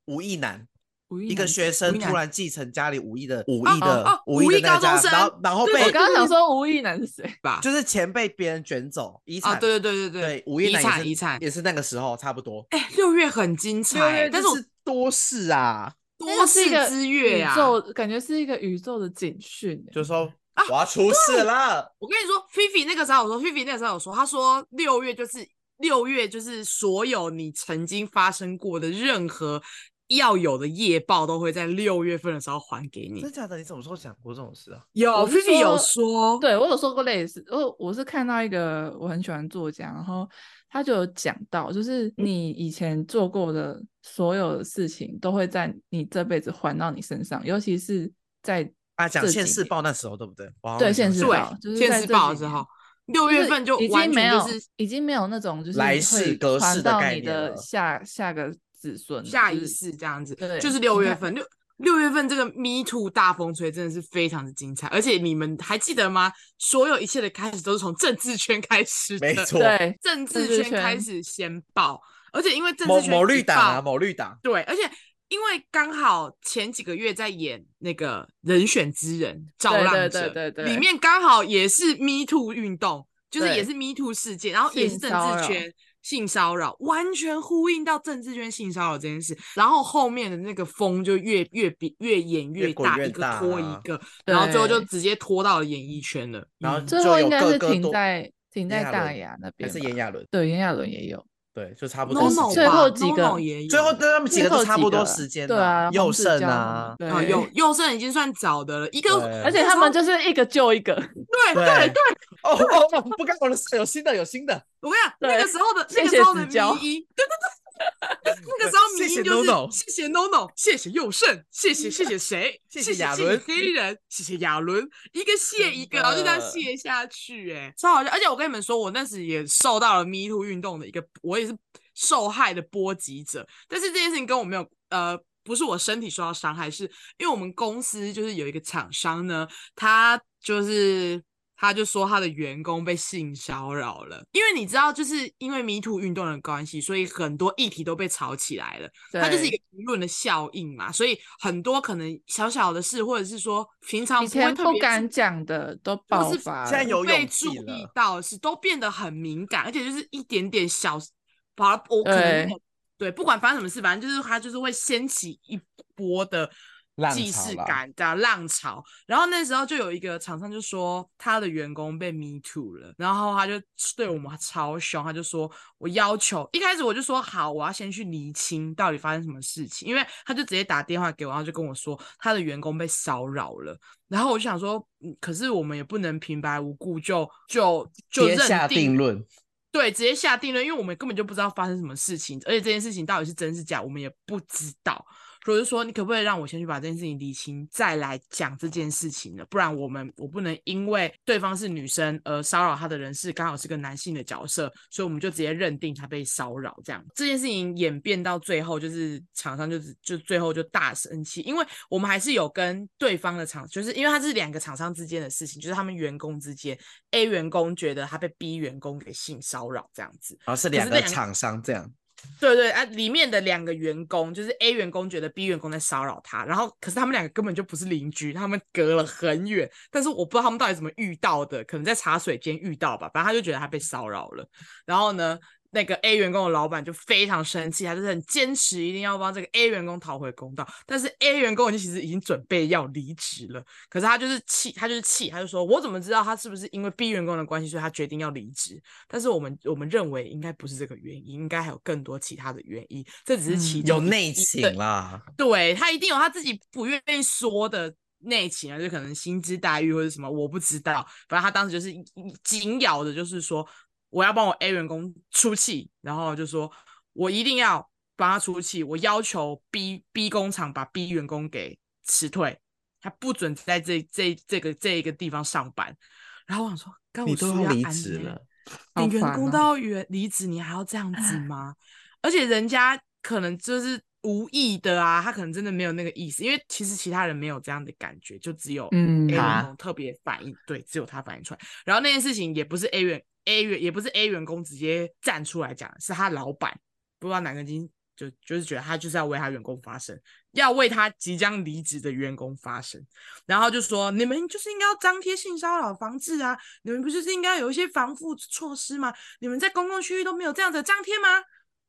Speaker 1: 吴亦男，
Speaker 3: 无意
Speaker 1: 一个
Speaker 3: 男
Speaker 1: 学生
Speaker 2: 亦
Speaker 1: 突
Speaker 2: 男
Speaker 1: 然继承家里武艺的武
Speaker 2: 啊
Speaker 1: 艺
Speaker 2: 哦
Speaker 1: 的
Speaker 2: 哦
Speaker 1: 武
Speaker 2: 武
Speaker 1: 艺
Speaker 2: 艺
Speaker 1: 的那
Speaker 2: 高中
Speaker 1: 家，然
Speaker 2: 生
Speaker 1: 后然后
Speaker 2: 对
Speaker 1: 被
Speaker 3: 我刚刚想说无意男是谁？
Speaker 2: 吧？
Speaker 1: 就是钱被别人卷走遗
Speaker 2: 啊，
Speaker 1: 产，
Speaker 2: 对对对
Speaker 1: 对
Speaker 2: 对，
Speaker 1: 吴亦
Speaker 2: 遗
Speaker 1: 男也
Speaker 2: 产
Speaker 1: 是
Speaker 2: 遗产。
Speaker 1: 也是那个时候差不多。
Speaker 2: 哎，六月很精
Speaker 1: 六
Speaker 2: 彩
Speaker 1: 月，
Speaker 2: 但是
Speaker 1: 就
Speaker 2: 我
Speaker 1: 是多事啊，
Speaker 3: 那
Speaker 2: 多
Speaker 3: 个是
Speaker 2: 事
Speaker 3: 一个
Speaker 2: 之月呀
Speaker 3: 宇。宙感觉是一个宇宙的警讯欸，
Speaker 1: 就说
Speaker 2: 啊
Speaker 1: 我要出事了，
Speaker 2: 我跟你说菲菲那个时候我说菲菲那个时候有说，她说六月就是六月就是所有你曾经发生过的任何要有的夜报都会在六月份的时候还给你
Speaker 1: 真。假的？你什么时候讲过这种事啊？
Speaker 2: 有
Speaker 3: 我是
Speaker 2: 菲菲有
Speaker 3: 说
Speaker 2: 说，
Speaker 3: 对我有说过类似，我我是看到一个我很喜欢作家，然后他就有讲到，
Speaker 1: 嗯
Speaker 3: 就是你以前做过的所有的事情，都会在你这辈子还到你身上，尤其是在
Speaker 1: 啊，讲
Speaker 3: 这
Speaker 1: 现
Speaker 3: 几
Speaker 1: 世
Speaker 3: 年
Speaker 1: 报那时候对不对？我好像
Speaker 3: 对
Speaker 1: 没想
Speaker 3: 现世
Speaker 1: 起
Speaker 2: 对
Speaker 1: 来
Speaker 3: 报，就是
Speaker 2: 现
Speaker 3: 在
Speaker 2: 实
Speaker 3: 这
Speaker 2: 报
Speaker 3: 几
Speaker 2: 之
Speaker 3: 年
Speaker 2: 后，六月份就
Speaker 3: 已经
Speaker 2: 完
Speaker 3: 没
Speaker 2: 全
Speaker 3: 有嗯
Speaker 2: 就是，
Speaker 3: 已经没有那种就是
Speaker 1: 来
Speaker 3: 你
Speaker 1: 世
Speaker 3: 会
Speaker 1: 隔
Speaker 3: 传
Speaker 1: 世的
Speaker 3: 到
Speaker 1: 概
Speaker 3: 你
Speaker 1: 念
Speaker 3: 的
Speaker 1: 了
Speaker 3: 下下个子孙了
Speaker 2: 下
Speaker 3: 就
Speaker 2: 一
Speaker 3: 是
Speaker 2: 世这样子，
Speaker 3: 对
Speaker 2: 就是
Speaker 3: 你
Speaker 2: 六月
Speaker 3: 看
Speaker 2: 份六。六月份这个 Me Too 大风吹真的是非常的精彩，而且你们还记得吗？所有一切的开始都是从政治圈开始的，
Speaker 1: 没错，
Speaker 3: 对
Speaker 2: 政
Speaker 3: 政
Speaker 2: 治
Speaker 3: 治
Speaker 2: 圈开
Speaker 3: 圈
Speaker 2: 始先爆，而且因为政
Speaker 1: 某
Speaker 2: 治圈
Speaker 1: 某
Speaker 2: 一
Speaker 1: 绿党啊，
Speaker 2: 爆
Speaker 1: 某绿党，
Speaker 2: 对，而且因为刚好前几个月在演那个《人选之人》造
Speaker 3: 对
Speaker 2: 浪
Speaker 3: 对
Speaker 2: 者，
Speaker 3: 对对对
Speaker 2: 里面刚好也是 Me Too 运动，就是也
Speaker 3: 对
Speaker 2: 是 Me Too 事件，然后也是
Speaker 3: 性
Speaker 2: 政
Speaker 3: 骚
Speaker 2: 治
Speaker 3: 扰
Speaker 2: 圈性骚扰，完全呼应到政治圈性骚扰这件事。然后后面的那个风就越越比越演
Speaker 1: 越
Speaker 2: 越
Speaker 1: 滚
Speaker 2: 大，
Speaker 1: 越
Speaker 2: 一个
Speaker 1: 大
Speaker 2: 拖一
Speaker 1: 啊
Speaker 2: 个，然后最后就
Speaker 3: 对
Speaker 2: 直接拖到了演艺圈了。
Speaker 1: 然后
Speaker 2: 嗯
Speaker 3: 最
Speaker 1: 就
Speaker 3: 后
Speaker 1: 有
Speaker 3: 应该
Speaker 1: 各
Speaker 3: 是
Speaker 1: 个
Speaker 3: 停
Speaker 1: 多
Speaker 3: 在停在
Speaker 1: 亚
Speaker 3: 大
Speaker 1: 纶
Speaker 3: 雅那
Speaker 1: 还
Speaker 3: 边
Speaker 1: 是
Speaker 3: 吧
Speaker 1: 炎亚纶，
Speaker 3: 对炎亚纶也有，
Speaker 1: 对，就差不多
Speaker 2: No
Speaker 1: 时
Speaker 2: No
Speaker 1: 间
Speaker 3: 最后
Speaker 2: 吧
Speaker 3: 几
Speaker 2: No
Speaker 3: 个
Speaker 2: No 也有，
Speaker 1: 最后他们几个
Speaker 3: 最
Speaker 1: 都
Speaker 3: 后
Speaker 1: 差
Speaker 3: 几
Speaker 1: 不多
Speaker 3: 个
Speaker 1: 时间
Speaker 3: 对
Speaker 1: 呐
Speaker 3: 啊，
Speaker 1: 佑
Speaker 3: 黄志
Speaker 1: 胜
Speaker 3: 娇他们
Speaker 1: 啊
Speaker 3: 对
Speaker 2: 啊有佑胜已经算早的了，一个
Speaker 1: 对
Speaker 3: 而且他们就是一个救一个，
Speaker 2: 对
Speaker 1: 对
Speaker 2: 对 对，
Speaker 1: 哦哦哦，不干我的事，有新的有新的，
Speaker 2: 我跟你讲，那
Speaker 3: 对
Speaker 2: 个时候的那
Speaker 3: 谢
Speaker 2: 个
Speaker 3: 谢
Speaker 2: 时候的
Speaker 3: 子娇
Speaker 2: 迷音，对对对， 那个时候
Speaker 1: 谢
Speaker 2: 迷
Speaker 1: 谢
Speaker 2: 音就是
Speaker 1: NONO
Speaker 2: 谢谢 NONO，谢谢佑胜，谢谢谢谢谁，
Speaker 1: 谢谢
Speaker 2: 谢
Speaker 1: 亚伦
Speaker 2: 黑人，谢谢亚伦，一个谢一个，
Speaker 1: 真的
Speaker 2: 然后就这样谢下去、哎，超好笑。而且我跟你们说，我那时也受到了 Me Too 运动的一个，我也是受害的波及者。但是这件事情跟我没有呃。不是我身体受到伤害，是因为我们公司就是有一个厂商呢，他就是他就说他的员工被性骚扰了，因为你知道，就是因为迷途运动的关系，所以很多议题都被炒起来了。它就是一个
Speaker 3: 对
Speaker 2: 舆论的效应嘛，所以很多可能小小的事，或者是说平常
Speaker 3: 以
Speaker 2: 不会
Speaker 3: 前
Speaker 2: 特
Speaker 3: 不
Speaker 2: 别
Speaker 3: 敢
Speaker 2: 注
Speaker 3: 讲的都
Speaker 2: 或
Speaker 3: 爆
Speaker 2: 是
Speaker 3: 发了，
Speaker 1: 现在有
Speaker 2: 呃被
Speaker 1: 勇
Speaker 2: 注
Speaker 1: 气
Speaker 2: 意
Speaker 1: 了。
Speaker 2: 到的事，都变得很敏感，而且就是一点点小，好了，我可能没有对，不管发生什么事，反正就是它就是会掀起一波的
Speaker 1: 浪
Speaker 2: 既
Speaker 1: 潮
Speaker 2: 视
Speaker 1: 啦
Speaker 2: 感的浪潮。然后那时候就有一个厂商就说他的员工被 me too 了，然后他就对我们超凶，他就说我要求一开始我就说好，我要先去厘清到底发生什么事情，因为他就直接打电话给我，然后就跟我说他的员工被骚扰了。然后我就想说，嗯可是我们也不能平白无故就就就
Speaker 1: 别
Speaker 2: 认
Speaker 1: 下
Speaker 2: 定
Speaker 1: 定论，
Speaker 2: 对，直接下定论，因为我们根本就不知道发生什么事情，而且这件事情到底是真是假，我们也不知道。所以我就说，你可不可以让我先去把这件事情理清，再来讲这件事情呢？不然我们我不能因为对方是女生而骚扰她的人是刚好是个男性的角色，所以我们就直接认定她被骚扰这样。这件事情演变到最后，就是厂商就是就最后就大生气，因为我们还是有跟对方的厂，就是因为它是两个厂商之间的事情，就是他们员工之间，A 员工觉得他被 B 员工给性骚扰这样子，
Speaker 1: 然后是
Speaker 2: 是
Speaker 1: 两
Speaker 2: 这
Speaker 1: 个
Speaker 2: 两个
Speaker 1: 厂商这样，
Speaker 2: 对对啊，里面的两个员工就是 A 员工觉得 B 员工在骚扰他，然后可是他们两个根本就不是邻居，他们隔了很远，但是我不知道他们到底怎么遇到的，可能在茶水间遇到吧，反正他就觉得他被骚扰了。然后呢，那个 A 员工的老板就非常生气，他就是很坚持一定要帮这个 A 员工讨回公道，但是 A 员工其实已经准备要离职了，可是他就是气，他就是气，他就说我怎么知道他是不是因为 B 员工的关系，所以他决定要离职？但是我们我们认为应该不是这个原因，应该还有更多其他的原因，这只是其
Speaker 3: 嗯
Speaker 2: 中
Speaker 1: 有
Speaker 2: 一
Speaker 1: 内
Speaker 2: 一
Speaker 1: 情
Speaker 2: 对
Speaker 1: 啦。
Speaker 2: 对他一定有他自己不愿意说的内情啊，就可能薪资待遇或者什么，我不知道。反正他当时就是一一紧咬着，就是说我要帮我 A 员工出气，然后就说我一定要帮他出气，我要求 B B 工厂把 B 员工给辞退，他不准在这这这个这一个地方上班。然后我想说，刚我
Speaker 1: 你都
Speaker 2: 需
Speaker 1: 要离
Speaker 2: 安
Speaker 1: 职
Speaker 2: 呢
Speaker 1: 了，
Speaker 3: 好
Speaker 2: 你员
Speaker 3: 烦
Speaker 2: 工
Speaker 3: 哦
Speaker 2: 都要远离职，你还要这样子吗？而且人家可能就是无意的啊，他可能真的没有那个意思，因为其实其他人没有这样的感觉，就只有 A
Speaker 3: 嗯
Speaker 2: 员
Speaker 1: 他
Speaker 2: 工特别反应，对，只有他反应出来。然后那件事情也不是 A 员 A 员也不是 A 员工直接站出来讲，是他老板不知道哪根筋。就就是觉得他就是要为他员工发声，要为他即将离职的员工发声，然后就说你们就是应该要张贴性骚扰防治啊，你们不就是应该有一些防护措施吗？你们在公共区域都没有这样子的张贴吗？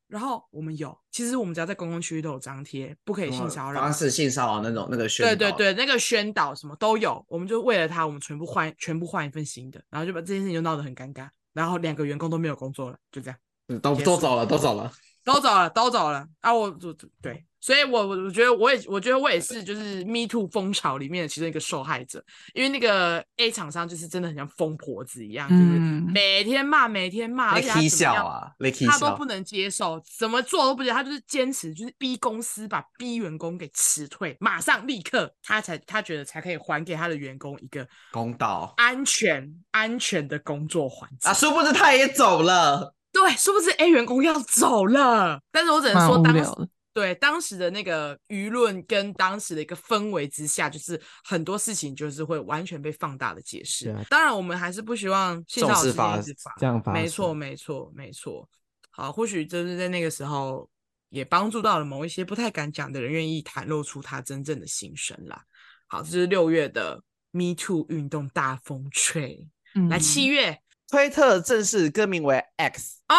Speaker 2: 然后我们有，其实我们只要在公共区域都有张贴，不可以性骚扰
Speaker 1: 方。式性骚扰那种那个哦宣
Speaker 2: 对
Speaker 1: 导，
Speaker 2: 对对，那个宣导什么都有，我们就为了他，我们全部换全部换一份新的，然后就把这件事情就闹得很尴尬，然后两个员工都没有工作了，就这样。
Speaker 1: 嗯，都
Speaker 2: 结
Speaker 1: 都
Speaker 2: 束
Speaker 1: 走了，都走了。
Speaker 2: 都走了，都走了啊！我我对，所以我我我觉得我也我觉得我也是就是 Me Too 风潮里面的其中一个受害者，因为那个 A 厂商就是真的很像疯婆子一样，就是
Speaker 3: 嗯
Speaker 2: 每天骂每天骂，而且
Speaker 1: Licky
Speaker 2: 他怎么
Speaker 1: 笑
Speaker 2: 样
Speaker 1: 啊，Licky
Speaker 2: 他都
Speaker 1: 笑
Speaker 2: 不，能接受，怎么做都不接受，他就是坚持，就是逼公司把逼员工给辞退，马上立刻，他才他觉得才可以还给他的员工一个
Speaker 1: 公 道
Speaker 2: 安全安全的工作环境
Speaker 1: 啊，殊不知他也走了。
Speaker 2: 对，殊不知 A 员工要走了，但是我只能
Speaker 3: 蛮
Speaker 2: 说
Speaker 3: 无
Speaker 2: 当时
Speaker 3: 聊的。
Speaker 2: 对当时的那个舆论跟当时的一个氛围之下，就是很多事情就是会完全被放大的解释。
Speaker 1: 对啊
Speaker 2: 当然，我们还是不希望性
Speaker 1: 重
Speaker 2: 骚扰
Speaker 1: 视
Speaker 2: 事件
Speaker 1: 发
Speaker 2: 一直发
Speaker 1: 这样发
Speaker 2: 没错，
Speaker 1: 生
Speaker 2: 没错，没错。好，或许就是在那个时候也帮助到了某一些不太敢讲的人，愿意袒露出他真正的心声啦。好，这是六月的 Me Too 运动大风吹。来，七
Speaker 3: 嗯
Speaker 2: 月
Speaker 1: 推特正式更名为 X，
Speaker 2: 哦，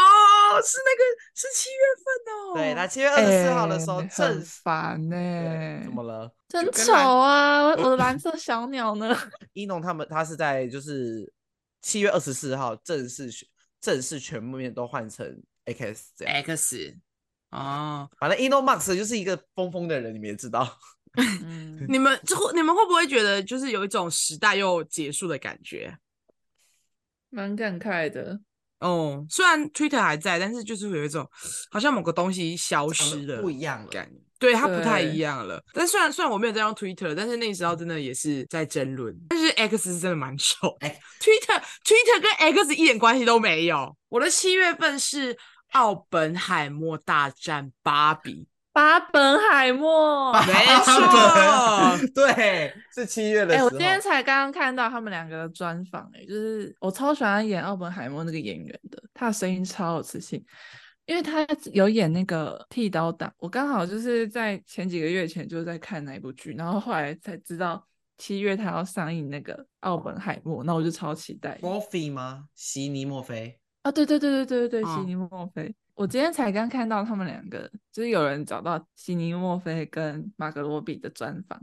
Speaker 2: 是那个是七月份哦。
Speaker 1: 对，那七月二十四号的时候
Speaker 3: 哎
Speaker 1: 正
Speaker 3: 很烦呢、
Speaker 1: 对怎么了？
Speaker 3: 真
Speaker 2: 跟
Speaker 3: 丑
Speaker 2: 蓝
Speaker 3: 啊！我 我的蓝色小鸟呢？
Speaker 1: 一农他们他是在就是七月二十四号正式选正式全部面都换成 X 这样。
Speaker 2: X 哦，
Speaker 1: 反正 Elon Musk 就是一个疯疯的人，你们也知道。
Speaker 3: 嗯，
Speaker 2: 你们就会你们会不会觉得就是有一种时代又结束的感觉？
Speaker 3: 蛮感慨的。
Speaker 2: 哦，虽然 Twitter 还在，但是就是会有一种好像某个东西消失了，
Speaker 1: 不一样了。
Speaker 2: 感觉，对它不太
Speaker 3: 对
Speaker 2: 一样了。但虽然虽然我没有在用 Twitter，但是那时候真的也是在争论。但是 X 是真的蛮丑
Speaker 1: 哎
Speaker 2: ，Twitter Twitter 跟 X 一点关系都没有。我的七月份是《奥本海默大战芭 比
Speaker 3: 巴本海默。》，
Speaker 2: 没
Speaker 1: 好的，
Speaker 2: 错
Speaker 1: 对，是七月的
Speaker 3: 哎、
Speaker 1: 时候。
Speaker 3: 我今天才刚刚看到他们两个的专访，哎，就是我超喜欢演奥本海默那个演员的，他的声音超有磁性，因为他有演那个剃刀党，我刚好就是在前几个月前就在看那一部剧，然后后来才知道七月他要上映那个奥本海默，那我就超期待。
Speaker 1: 莫菲吗？悉尼莫菲。
Speaker 3: 啊，对对对对对对，悉
Speaker 2: 嗯
Speaker 3: 尼墨菲，我今天才刚看到他们两个，就是有人找到悉尼墨菲跟马格罗比的专访，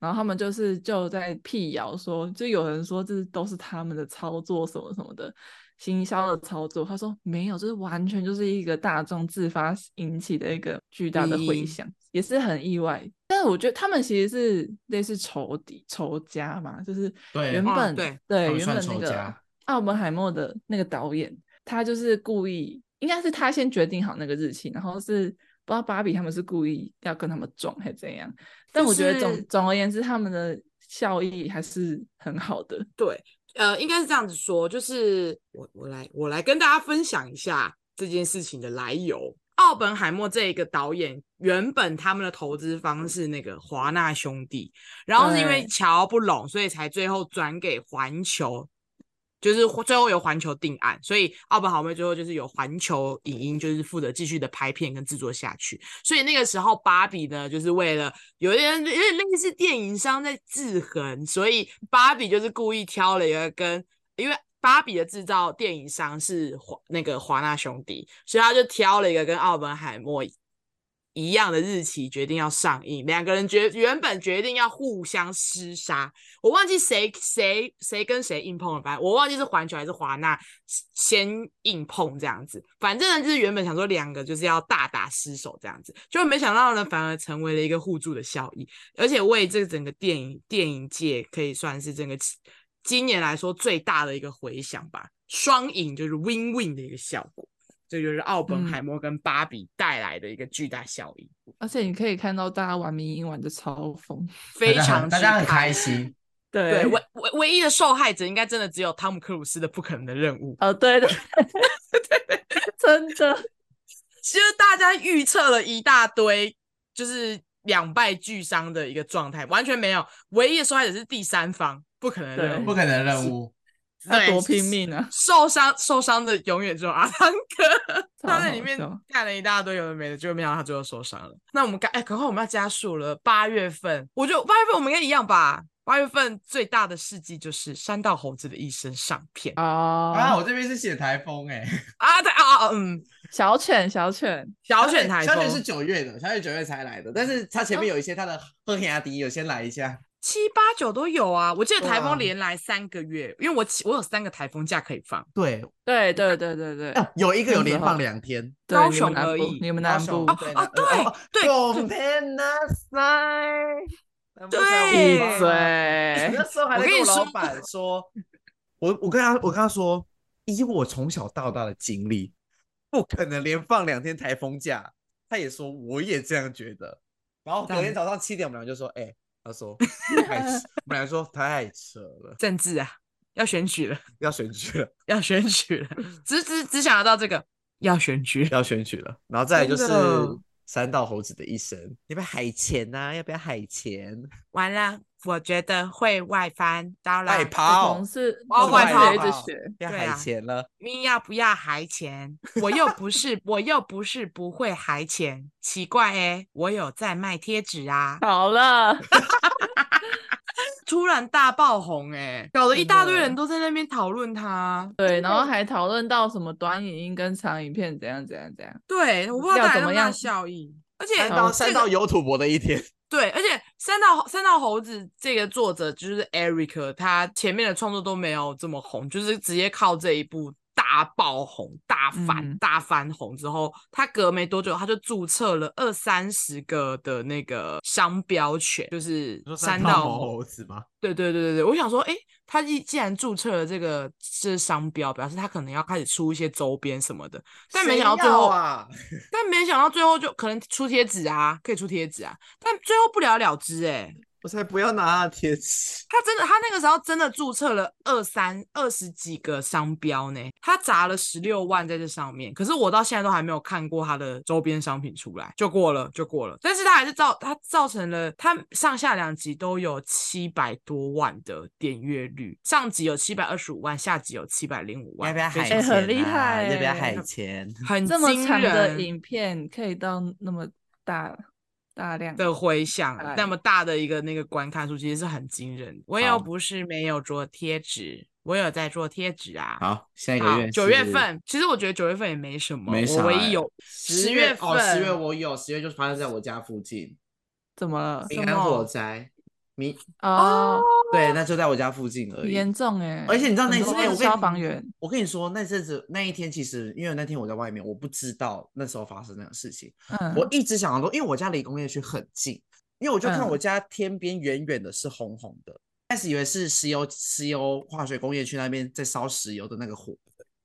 Speaker 3: 然后他们就是就在辟谣说，就有人说这都是他们的操作什么什么的行销的操作，他说没有，就是完全就是一个大众自发引起的一个巨大的
Speaker 2: 意义
Speaker 1: 嗯
Speaker 3: 回响，也是很意外。但是我觉得他们其实是类似仇敌、仇家嘛，就是
Speaker 1: 对
Speaker 3: 原
Speaker 2: 嗯
Speaker 3: 本
Speaker 2: 对
Speaker 1: 他
Speaker 3: 对
Speaker 1: 们
Speaker 3: 原
Speaker 1: 算
Speaker 3: 本那
Speaker 1: 仇
Speaker 3: 个
Speaker 1: 家
Speaker 3: 奥本海默的那个导演，他就是故意，应该是他先决定好那个日期，然后是不知道芭比他们是故意要跟他们撞还是怎样。但
Speaker 2: 就
Speaker 3: 我觉得
Speaker 2: 是
Speaker 3: 总总而言之，他们的效益还是很好的。
Speaker 2: 对，呃，应该是这样子说，就是我我来我来跟大家分享一下这件事情的来由。奥本海默这一个导演，原本他们的投资方是那个华纳兄弟，然后是因为
Speaker 3: 对
Speaker 2: 乔不拢，所以才最后转给环球，就是最后由环球定案，所以奥本海默最后就是由环球影音就是负责继续的拍片跟制作下去。所以那个时候，芭比呢，就是为了有点有点类似电影商在制衡，所以芭比就是故意挑了一个跟，因为芭比的制造电影商是华那个华纳兄弟，所以他就挑了一个跟奥本海默一样的日期，决定要上映。两个人决原本决定要互相厮杀，我忘记谁谁谁跟谁硬碰了，反正我忘记是环球还是华纳先硬碰这样子。反正呢，就是原本想说两个就是要大打失手这样子，就没想到呢，反而成为了一个互助的效益，而且为这整个电影电影界可以算是整个今年来说最大的一个回响吧。双赢就是 win win 的一个效果，这就是奥本
Speaker 3: 嗯
Speaker 2: 海默跟芭比带来的一个巨大效益，
Speaker 3: 而且你可以看到大家玩迷音玩的超疯，
Speaker 2: 非
Speaker 1: 大家很
Speaker 2: 常
Speaker 1: 大家很
Speaker 2: 之嗨
Speaker 1: 开心。
Speaker 2: 对，
Speaker 3: 对
Speaker 2: 唯唯唯一的受害者应该真的只有汤姆·克鲁斯的《不可能的任务》，
Speaker 3: 哦，对对 真的，
Speaker 2: 其实大家预测了一大堆，就是两败俱伤的一个状态，完全没有。唯一的受害者是第三方，不可能的任
Speaker 3: 对
Speaker 2: 务
Speaker 1: 不，可能任务，
Speaker 3: 他
Speaker 2: 对
Speaker 3: 多拼命啊！
Speaker 2: 受伤受伤的永远只有阿汤哥，
Speaker 3: 超
Speaker 2: 他在里
Speaker 3: 好
Speaker 2: 面
Speaker 3: 笑
Speaker 2: 干了一大堆有的没的，就没想到他最后受伤了。那我们赶哎，赶快我们要加速了。八月份，我觉得八月份我们应该一样吧。八月份最大的事迹就是山道猴子的一生上片
Speaker 1: 啊！
Speaker 3: 啊，
Speaker 1: 我这边是写台风哎、
Speaker 2: 啊，他啊啊嗯，
Speaker 3: 小犬小犬，
Speaker 2: 小犬台
Speaker 1: 小
Speaker 2: 风哦
Speaker 1: 雪是九月的，小雪九月才来的，但是他前面有一些他的赫黑阿迪有先来一下，
Speaker 2: 七八九都有啊。我记得
Speaker 1: 对
Speaker 2: 台
Speaker 1: 啊
Speaker 2: 风连来三个月，因为我起我有三个台风假可以放，
Speaker 1: 对，
Speaker 3: 对对对对对，
Speaker 1: 啊有一个有
Speaker 3: 那时
Speaker 1: 连
Speaker 3: 候
Speaker 1: 放两天。
Speaker 3: 对
Speaker 2: 高
Speaker 3: 你们
Speaker 2: 雄
Speaker 3: 南
Speaker 2: 而
Speaker 3: 部
Speaker 2: 已
Speaker 3: 你们
Speaker 1: 高
Speaker 3: 南
Speaker 1: 雄
Speaker 3: 部
Speaker 1: 对哦
Speaker 2: 啊啊对
Speaker 1: 拱天那塞，南
Speaker 3: 闭
Speaker 2: 对
Speaker 1: 部才有五八
Speaker 3: 嘴。
Speaker 1: 那时候还
Speaker 2: 我
Speaker 1: 在
Speaker 2: 跟
Speaker 1: 跟
Speaker 2: 你
Speaker 1: 我
Speaker 2: 说
Speaker 1: 老板说，我我跟他我跟他说，以我从小到大的经历，不可能连放两天台风假。他也说我也这样觉得。然后隔天早上七点，我们俩就说，哎、他说 太扯，我们俩说太扯了，
Speaker 2: 政治啊，要选举了，
Speaker 1: 要选举了，
Speaker 2: 要选举了，只只只想得到这个要选举了。
Speaker 1: 要选举了。然后再来就
Speaker 2: 真
Speaker 1: 是
Speaker 2: 的
Speaker 1: 三道猴子的一生，要不要海钱呐、要不要海钱？
Speaker 2: 完了，我觉得会外翻，当
Speaker 1: 海
Speaker 2: 然
Speaker 3: 我
Speaker 1: 跑
Speaker 3: 同，事，
Speaker 2: 哦
Speaker 3: 我同
Speaker 2: 外
Speaker 3: 事也一
Speaker 2: 套
Speaker 3: 直
Speaker 1: 哦
Speaker 3: 学，
Speaker 1: 要
Speaker 2: 对
Speaker 1: 海
Speaker 2: 啊
Speaker 1: 钱了。
Speaker 2: 你要不要还钱？我又不是，我又不是不会还钱，奇怪诶、我有在卖贴纸 啊。
Speaker 3: 好了，
Speaker 2: 突然大爆红诶、搞得一大堆
Speaker 3: 真的
Speaker 2: 人都在那边讨论他。
Speaker 3: 对， 然后还讨论到什么短影音跟长影片怎样怎样怎样，
Speaker 2: 对，我不知道
Speaker 3: 要
Speaker 2: 带来
Speaker 3: 怎
Speaker 2: 那
Speaker 3: 么
Speaker 2: 么大的
Speaker 3: 样
Speaker 2: 效益，而且
Speaker 1: 三道
Speaker 2: 这
Speaker 1: 三
Speaker 2: 个
Speaker 1: 道有土博的一天，
Speaker 2: 对，而且三道三道猴子这个作者就是 Eric，他前面的创作都没有这么红，就是直接靠这一部大爆红、大翻、
Speaker 3: 嗯
Speaker 2: 大翻红之后，他隔没多久他就注册了二三十个的那个商标权，就是
Speaker 1: 你说
Speaker 2: 三
Speaker 1: 三
Speaker 2: 道
Speaker 1: 道
Speaker 2: 猴
Speaker 1: 猴子吗？
Speaker 2: 对对对对对，我想说，诶，他一既然注册了这个这商标，表示他可能要开始出一些周边什么的，但没
Speaker 1: 谁
Speaker 2: 想到最后
Speaker 1: 要啊，
Speaker 2: 但没想到最后就可能出贴纸啊，可以出贴纸啊，但最后不了了之诶、
Speaker 1: 我才不要拿他的贴纸。
Speaker 2: 他真的，他那个时候真的注册了二三二十几个商标呢，他砸了十六万在这上面。可是我到现在都还没有看过他的周边商品出来，就过了就过了。但是他还是造他造成了他上下两集都有七百多万的点阅率，上集有七百二十五万，下集有七百零五
Speaker 1: 要
Speaker 2: 万，
Speaker 1: 不要
Speaker 2: 非
Speaker 1: 海
Speaker 2: 常
Speaker 1: 钱、啊？
Speaker 3: 哎很厉害
Speaker 1: 要不要
Speaker 3: 哎
Speaker 1: 海钱？
Speaker 2: 很
Speaker 3: 这么
Speaker 2: 惊
Speaker 3: 长的
Speaker 2: 人
Speaker 3: 影片可以到那么大大量
Speaker 2: 的回响
Speaker 3: 哎，
Speaker 2: 那么大的一个那个观看数，其实是很惊人的。我又
Speaker 1: 好
Speaker 2: 不是没有做贴纸，我有在做贴纸啊。
Speaker 1: 好，下一个
Speaker 2: 好，
Speaker 1: 月
Speaker 2: 九月
Speaker 1: 是
Speaker 2: 份，其实我觉得九月份也没什么，
Speaker 1: 没啥
Speaker 2: 我唯
Speaker 1: 欸
Speaker 2: 一有
Speaker 1: 10
Speaker 2: 月
Speaker 1: 哦，十月
Speaker 2: 份
Speaker 1: 我有，十月就是发生在我家附近，
Speaker 3: 怎么了？
Speaker 1: 平
Speaker 2: 什
Speaker 1: 安
Speaker 2: 么
Speaker 1: 火灾，你
Speaker 3: 哦，
Speaker 1: 对，那就在我家附近而
Speaker 3: 很
Speaker 1: 已。
Speaker 3: 严重哎、
Speaker 1: 而且你知道那
Speaker 3: 很
Speaker 1: 次
Speaker 3: 多
Speaker 1: 哎我跟
Speaker 3: 消
Speaker 1: 你
Speaker 3: 防员
Speaker 1: 我跟你说，那阵子那一天，其实因为那天我在外面，我不知道那时候发生那个事情。
Speaker 3: 嗯，
Speaker 1: 我一直想要说，因为我家离工业区很近，因为我就看
Speaker 3: 嗯
Speaker 1: 我家天边远远的是红红的，开始以为是石油石油化学工业区那边在烧石油的那个火，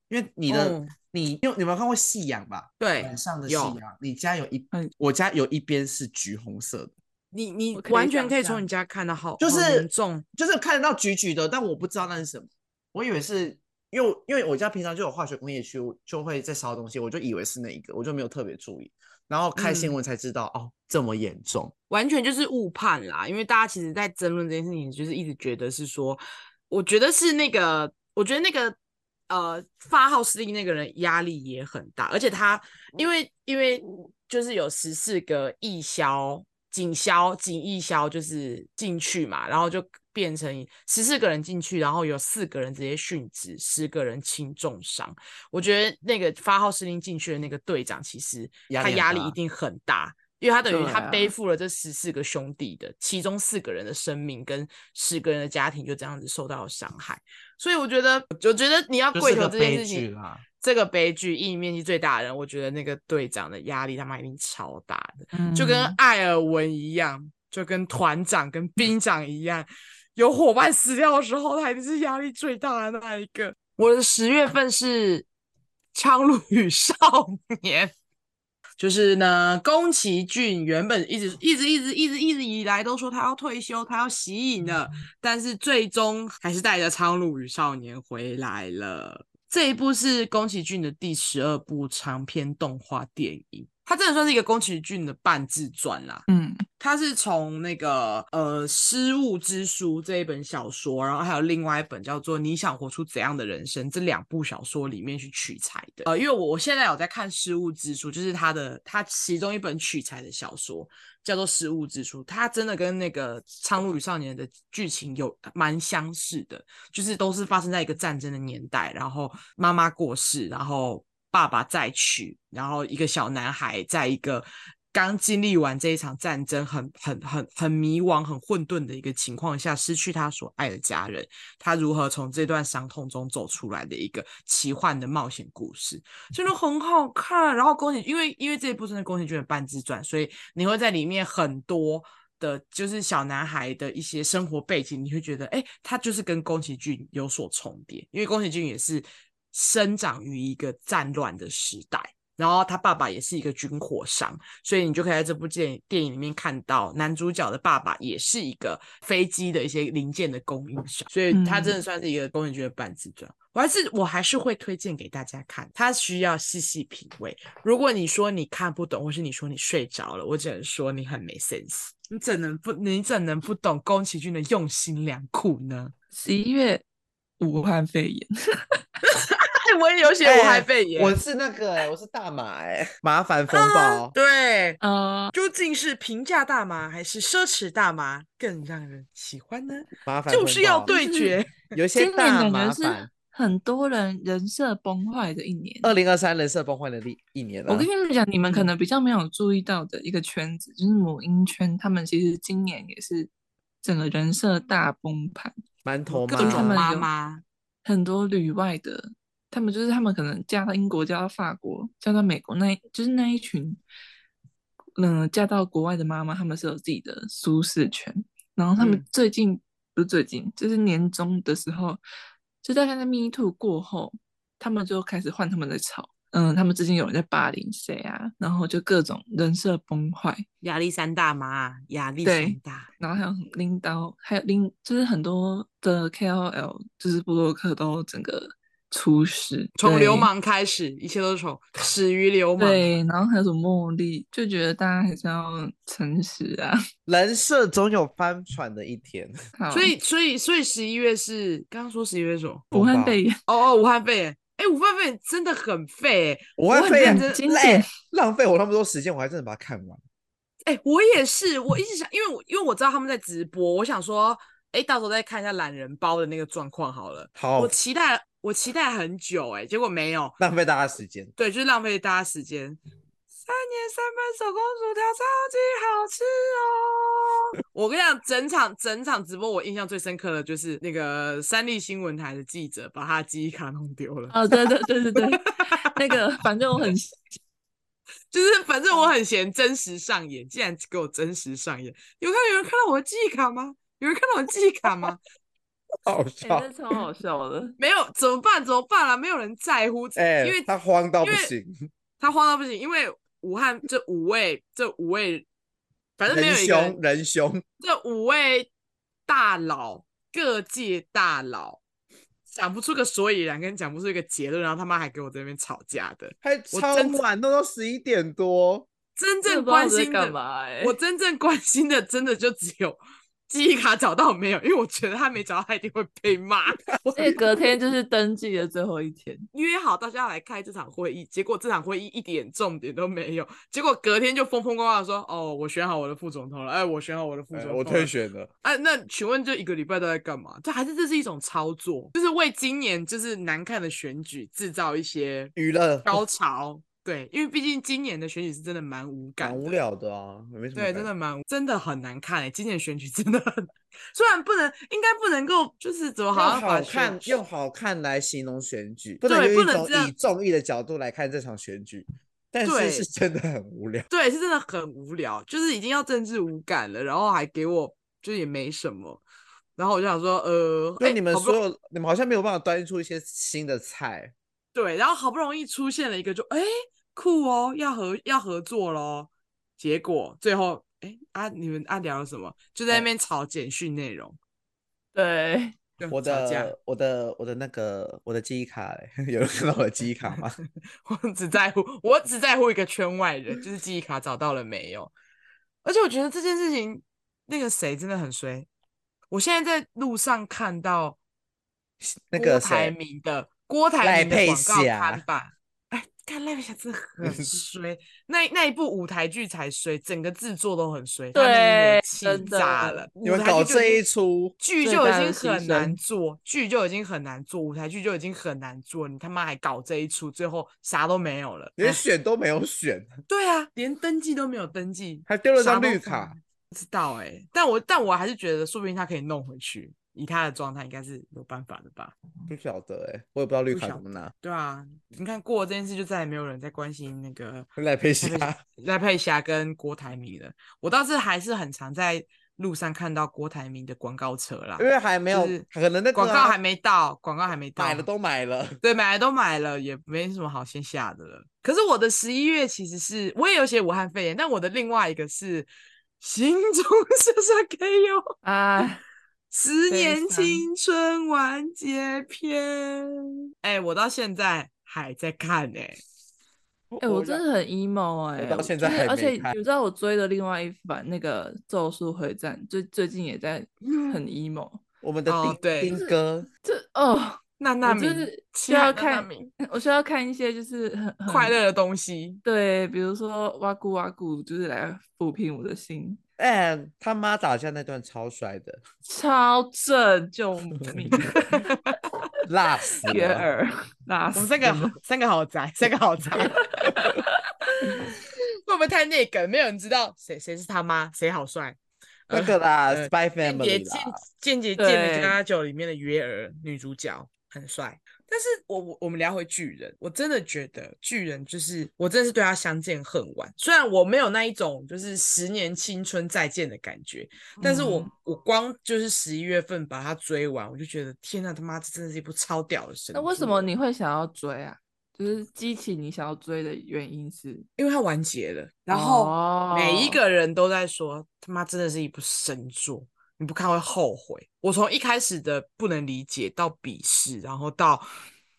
Speaker 1: 因为你的、嗯
Speaker 2: 嗯
Speaker 1: 你你有你有没有看过夕阳吧？
Speaker 2: 对
Speaker 1: 晚上的夕
Speaker 2: 有
Speaker 1: 阳，你家有一
Speaker 3: 嗯
Speaker 1: 我家有一边是橘红色的，
Speaker 2: 你，你
Speaker 3: 我可以
Speaker 2: 完全
Speaker 3: 想
Speaker 2: 可以从
Speaker 3: 象
Speaker 2: 你家看到好，
Speaker 1: 就
Speaker 2: 好
Speaker 1: 是
Speaker 2: 严重
Speaker 1: 就是看得到橘橘的，但我不知道那是什么，我以为是因为我因为我家平常就有化学工业区，我就会在烧东西，我就以为是那一个，我就没有特别注意，然后看新
Speaker 2: 嗯
Speaker 1: 闻才知道、哦这么严重，
Speaker 2: 完全就是误判啦，因为大家其实在争论这件事情，就是一直觉得是说，我觉得是那个，我觉得那个呃发号施令那个人压力也很大，而且他因为因为就是有十四个义消、警消、警义消就是进去嘛，然后就变成十四个人进去，然后有四个人直接殉职，十个人轻重伤。我觉得那个发号施令进去的那个队长，其实
Speaker 1: 压
Speaker 2: 他
Speaker 1: 力很
Speaker 2: 压力
Speaker 1: 大
Speaker 2: 一定很大，因为他等于
Speaker 3: 对
Speaker 2: 他
Speaker 3: 啊
Speaker 2: 背负了这十四个兄弟的，其中四个人的生命跟十个人的家庭就这样子受到了伤害，所以我觉得，我觉得你要
Speaker 1: 就
Speaker 2: 跪
Speaker 1: 是
Speaker 2: 求
Speaker 1: 个
Speaker 2: 这件
Speaker 1: 悲
Speaker 2: 事
Speaker 1: 剧
Speaker 2: 情，
Speaker 1: 啦。
Speaker 2: 这个悲剧阴影面积最大的人，我觉得那个队长的压力他妈一定超大的。就跟
Speaker 3: 嗯
Speaker 2: 艾尔文一样，就跟团长、跟兵长一样，有伙伴死掉的时候，他一定是压力最大的那一个。我的十月份是《苍鹭与少年》，就是呢，宫崎骏原本一直一直一直一直一直以来都说他要退休，他要息影了，但是最终还是带着《苍鹭与少年》回来了。这一部是宫崎骏的第十二部长篇动画电影，它真的算是一个宫崎骏的半自传啦。
Speaker 3: 嗯
Speaker 2: 它是从那个呃《失物之书》这一本小说，然后还有另外一本叫做《你想活出怎样的人生》这两部小说里面去取材的。呃，因为我我现在有在看《失物之书》，就是它的它其中一本取材的小说叫做《失物之书》，它真的跟那个《苍鹭与少年》的剧情有呃蛮相似的，就是都是发生在一个战争的年代，然后妈妈过世，然后爸爸再娶，然后一个小男孩在一个刚经历完这一场战争很，很很很迷惘、很混沌的一个情况下，失去他所爱的家人，他如何从这段伤痛中走出来的一个奇幻的冒险故事，真的很好看。然后宫崎，因为因为这一部真的宫崎骏的半自传，所以你会在里面很多。的就是小男孩的一些生活背景，你会觉得，哎、他就是跟宫崎骏有所重叠，因为宫崎骏也是生长于一个战乱的时代，然后他爸爸也是一个军火商，所以你就可以在这部电电影里面看到男主角的爸爸也是一个飞机的一些零件的供应商，所以他真的算是一个宫崎骏的半自传。我还是我还是会推荐给大家看，它需要细细品味。如果你说你看不懂，或是你说你睡着了，我只能说你很没 sense。你怎能不你怎能不懂宫崎骏的用心良苦呢？
Speaker 3: 十一月武汉肺炎，
Speaker 2: 哎， 我也有写武汉肺炎，
Speaker 1: 我是那个、欸，我是大马哎、 麻烦风
Speaker 2: 啊
Speaker 1: 暴。
Speaker 2: 对，
Speaker 1: 哦
Speaker 3: 呃，
Speaker 2: 究竟是平价大麻还是奢侈大麻更让人喜欢呢？
Speaker 1: 麻烦
Speaker 2: 就是要
Speaker 1: 风暴
Speaker 2: 对决。
Speaker 1: 有一些
Speaker 3: 今年
Speaker 1: 大
Speaker 3: 感
Speaker 1: 麻
Speaker 3: 觉是
Speaker 1: 烦。
Speaker 3: 很多人人设崩坏的一年。
Speaker 1: 二零二三人设崩坏的啊历一年了，
Speaker 3: 我跟你们讲，你们可
Speaker 2: 嗯
Speaker 3: 能比较没有注意到的一个圈子，就是母婴圈，他们其实今年也是整个人设大崩盘，
Speaker 1: 馒头
Speaker 2: 各
Speaker 1: 妈
Speaker 3: 因为他
Speaker 2: 种
Speaker 3: 们
Speaker 2: 妈
Speaker 3: 有
Speaker 2: 妈，
Speaker 3: 很多旅外的他们就是他们可能嫁到英国、嫁到法国、嫁到美国那一，就是那一群，嗯、嫁到国外的妈妈，他们是有自己的舒适圈。然后他们
Speaker 2: 嗯
Speaker 3: 最近、不是最近，就是年终的时候，就大概在 Me Too 过后，他们就开始换他们的草。嗯，他们之间有人在霸凌谁啊？然后就各种人设崩坏，
Speaker 2: 亚历山大嘛，亚历
Speaker 3: 对
Speaker 2: 山大，
Speaker 3: 然后还有很拎刀，还有拎，就是很多的 KOL，就是布洛克都整个出事，
Speaker 2: 从流
Speaker 3: 对
Speaker 2: 氓开始，一切都是 从始于流氓。
Speaker 3: 对，然后还有什么茉莉，就觉得大家还是要诚实啊。
Speaker 1: 人设总有翻船的一天。
Speaker 3: 好
Speaker 2: 所以，所以，所以十一月是刚刚说十一月是什么？
Speaker 3: 武汉
Speaker 1: 炎，
Speaker 3: 肺炎
Speaker 2: 哦哦，武汉肺炎，哎、武汉肺炎真的很废、欸，
Speaker 1: 武汉
Speaker 2: 很
Speaker 1: 肺炎
Speaker 2: 认真
Speaker 3: 经
Speaker 1: 累
Speaker 3: 典，
Speaker 1: 浪费我那么多时间，我还真的把它看完。
Speaker 2: 哎、我也是，我一直想，因为我因为我知道他们在直播，我想说，哎、到时候再看一下懒人包的那个状况好了。
Speaker 1: 好
Speaker 2: 我，期待，我期待很久、欸，哎，结果没有，
Speaker 1: 浪费大家时间。
Speaker 2: 对，就是浪费大家时间。三年三分手工薯条超级好吃哦！ 我跟你讲，整场整场直播，我印象最深刻的就是那个三立新闻台的记者把他的记忆卡弄丢
Speaker 1: 嗯
Speaker 2: 了。
Speaker 3: 哦，对对对对对，那个反正我很哎
Speaker 2: 就是反正
Speaker 1: 嗯
Speaker 2: 我很嫌真实上演，竟然给我真实上演。有看有人看到我的记忆卡吗？有人看到我的记忆 卡吗？
Speaker 1: 好
Speaker 3: 欸
Speaker 2: 哎
Speaker 1: 笑，
Speaker 3: 这超好笑的。
Speaker 2: 没有，怎么办？怎么办啊？没有人在乎，
Speaker 1: 哎、
Speaker 2: 因为
Speaker 1: 他慌到不
Speaker 2: 因为
Speaker 1: 行，
Speaker 2: 他慌到不行，因为武汉这五位，这五位，反正没
Speaker 1: 人
Speaker 2: 有一个人
Speaker 1: 凶人凶，
Speaker 2: 这五位大佬，各界大佬，讲不出个所以然，跟讲不出一个结论，然后他妈还给我在那边吵架的。
Speaker 1: 还
Speaker 2: 我
Speaker 1: 超
Speaker 2: 真的
Speaker 1: 晚，弄到十一点多。
Speaker 2: 真
Speaker 3: 真的
Speaker 2: 正
Speaker 3: 不知道
Speaker 2: 关
Speaker 3: 我在
Speaker 2: 心的
Speaker 3: 干嘛欸
Speaker 2: 我真正关心的真的就只有记忆卡找到没有，因为我觉得他没找到，他一定会被骂。我
Speaker 3: 而且隔天就是登记的最后一天，
Speaker 2: 约好大家来开这场会议，结果这场会议一点重点都没有，结果隔天就风风光光地说：“哦，我选好我的副总统了，哎，我选好我的副总
Speaker 1: 哎
Speaker 2: 统、
Speaker 1: 我退。”选了，
Speaker 2: 哎，那请问这一个礼拜都在干嘛？这还是这是一种操作，就是为今年就是难看的选举制造一些
Speaker 1: 娱乐
Speaker 2: 高潮。对，因为毕竟今年的选举是真的蛮无感
Speaker 1: 蛮
Speaker 2: 的，
Speaker 1: 无聊的啊，没什么。
Speaker 2: 对，真的。蛮真的很难看诶、欸今年选举真的很，虽然不能，应该不能够，就是怎么
Speaker 1: 用
Speaker 2: 好像把
Speaker 1: 好
Speaker 2: 选
Speaker 1: 看用好看来形容选举，不能
Speaker 2: 对
Speaker 1: 用
Speaker 2: 不
Speaker 1: 一
Speaker 2: 能
Speaker 1: 种
Speaker 2: 这样
Speaker 1: 以综艺的角度来看这场选举，但
Speaker 2: 对
Speaker 1: 是是真的很无聊。
Speaker 2: 对，是真的很无聊，就是已经要政治无感了，然后还给我就也没什么，然后我就想说，呃，
Speaker 1: 就
Speaker 2: 诶
Speaker 1: 你们
Speaker 2: 好不
Speaker 1: 所
Speaker 2: 容
Speaker 1: 有，你们好像没有办法端出一些新的菜，
Speaker 2: 对，然后好不容易出现了一个就，哎酷哦，要合要合作咯，结果最后哎啊你们啊聊了什么？就在那
Speaker 1: 哦
Speaker 2: 边吵简讯内容，
Speaker 3: 对，
Speaker 2: 就
Speaker 1: 我
Speaker 2: 吵架，
Speaker 1: 的我的我的那个我的记忆卡嘞， 有人看到我的记忆卡吗？
Speaker 2: 我只在乎，我只在乎一个圈外人，就是记忆卡找到了没有。而且我觉得这件事情，那个谁真的很衰。我现在在路上看到
Speaker 1: 那
Speaker 2: 郭
Speaker 1: 个
Speaker 2: 台
Speaker 1: 谁，
Speaker 2: 铭的郭台
Speaker 1: 赖
Speaker 2: 铭的
Speaker 1: 佩
Speaker 2: 广告
Speaker 1: 霞
Speaker 2: 看板，哎，看赖佩霞真的 很衰。那那一部舞台剧才衰，整个制作都很衰，他们已经有
Speaker 3: 对
Speaker 2: 点气
Speaker 3: 真的
Speaker 2: 炸了。
Speaker 1: 你
Speaker 2: 舞
Speaker 1: 们
Speaker 2: 台
Speaker 1: 搞
Speaker 2: 剧就已
Speaker 1: 这一
Speaker 2: 经
Speaker 1: 出，
Speaker 2: 剧
Speaker 3: 最
Speaker 2: 就已
Speaker 3: 大的
Speaker 2: 经
Speaker 3: 牺
Speaker 2: 很难
Speaker 3: 牲
Speaker 2: 做，剧就已经很难做，舞台剧就已经很难做，你他妈还搞这一出，最后啥都没有了。
Speaker 1: 连
Speaker 2: 哎
Speaker 1: 选都没有选，
Speaker 2: 对啊，连登记都没有登记，
Speaker 1: 还丢了
Speaker 2: 啥
Speaker 1: 张
Speaker 2: 都
Speaker 1: 绿
Speaker 2: 放
Speaker 1: 卡
Speaker 2: 了，，不知道哎、但我但我还是觉得，说不定他可以弄回去，以他的状态，应该是有办法的吧？
Speaker 1: 不晓得哎、我也不知道绿
Speaker 2: 不
Speaker 1: 卡
Speaker 2: 晓
Speaker 1: 怎么拿。
Speaker 2: 对啊，你看过了这件事，就再也没有人在关心那个
Speaker 1: 赖佩
Speaker 2: 赖佩
Speaker 1: 霞，
Speaker 2: 赖佩霞跟郭台铭了。我倒是还是很常在路上看到郭台铭的广告车啦
Speaker 1: 因，为还没有，
Speaker 2: 就是
Speaker 1: 可能那个
Speaker 2: 广告
Speaker 1: 啊
Speaker 2: 还没到，广告还没到，
Speaker 1: 买了都买了，
Speaker 2: 对，买了都买了，也没什么好先下的了。可是我的十一月其实是我也有写武汉肺炎，但我的另外一个是心中射射 K 哟，
Speaker 3: 啊，
Speaker 2: 十
Speaker 3: 悲
Speaker 2: 年
Speaker 3: 伤
Speaker 2: 青春完结篇。哎、我到现在还在看哎、
Speaker 1: 哎
Speaker 3: 哎、我真的很 emo 哎、
Speaker 1: 到现在
Speaker 3: 就是
Speaker 1: 还
Speaker 3: 而
Speaker 1: 没
Speaker 3: 且
Speaker 1: 看
Speaker 3: 你知道我追的另外一版那个《咒术回战》，最最近也在
Speaker 2: 嗯
Speaker 3: 很 emo，
Speaker 1: 我们的
Speaker 2: 哦
Speaker 1: 丁
Speaker 2: 对
Speaker 1: 丁哥，
Speaker 3: 这哦，
Speaker 2: 娜娜
Speaker 3: 我就
Speaker 2: 米
Speaker 3: 是需
Speaker 2: 亲爱
Speaker 3: 要
Speaker 2: 的娜娜
Speaker 3: 看
Speaker 2: 米
Speaker 3: 我需要看一些就是很
Speaker 2: 快
Speaker 3: 很
Speaker 2: 乐的东西，
Speaker 3: 对，比如说哇咕哇咕，就是来抚平我的心，
Speaker 1: 哎、他妈打架那段超帅的，
Speaker 3: 超正，救 命！
Speaker 1: 辣死
Speaker 3: 月
Speaker 1: 了。
Speaker 3: 儿拉
Speaker 2: 我
Speaker 3: 死
Speaker 2: 们三个好三个好宅，三个 好宅。会不会太内梗？没有人知道谁谁是他妈，谁好帅。
Speaker 1: 那
Speaker 2: 呃
Speaker 1: 个啦
Speaker 2: 呃
Speaker 1: ，Spy
Speaker 2: 间谍
Speaker 1: Family
Speaker 2: 间
Speaker 1: 啦，
Speaker 2: 间谍《间谍加
Speaker 3: 对
Speaker 2: 加九》里面的约尔女主角很帅，但是我我我们聊回巨人，我真的觉得巨人就是我真的是对他相见恨晚。虽然我没有那一种就是十年青春再见的感觉，但是我、
Speaker 3: 嗯
Speaker 2: 我光就是十一月份把它追完，我就觉得天呐，他妈这真的是一部超屌的神作。
Speaker 3: 那为什么你会想要追啊？就是激起你想要追的原因是，
Speaker 2: 因为它完结了，然后每一
Speaker 3: 哦
Speaker 2: 个人都在说他妈真的是一部神作，你不看会后悔。我从一开始的不能理解到鄙视，然后到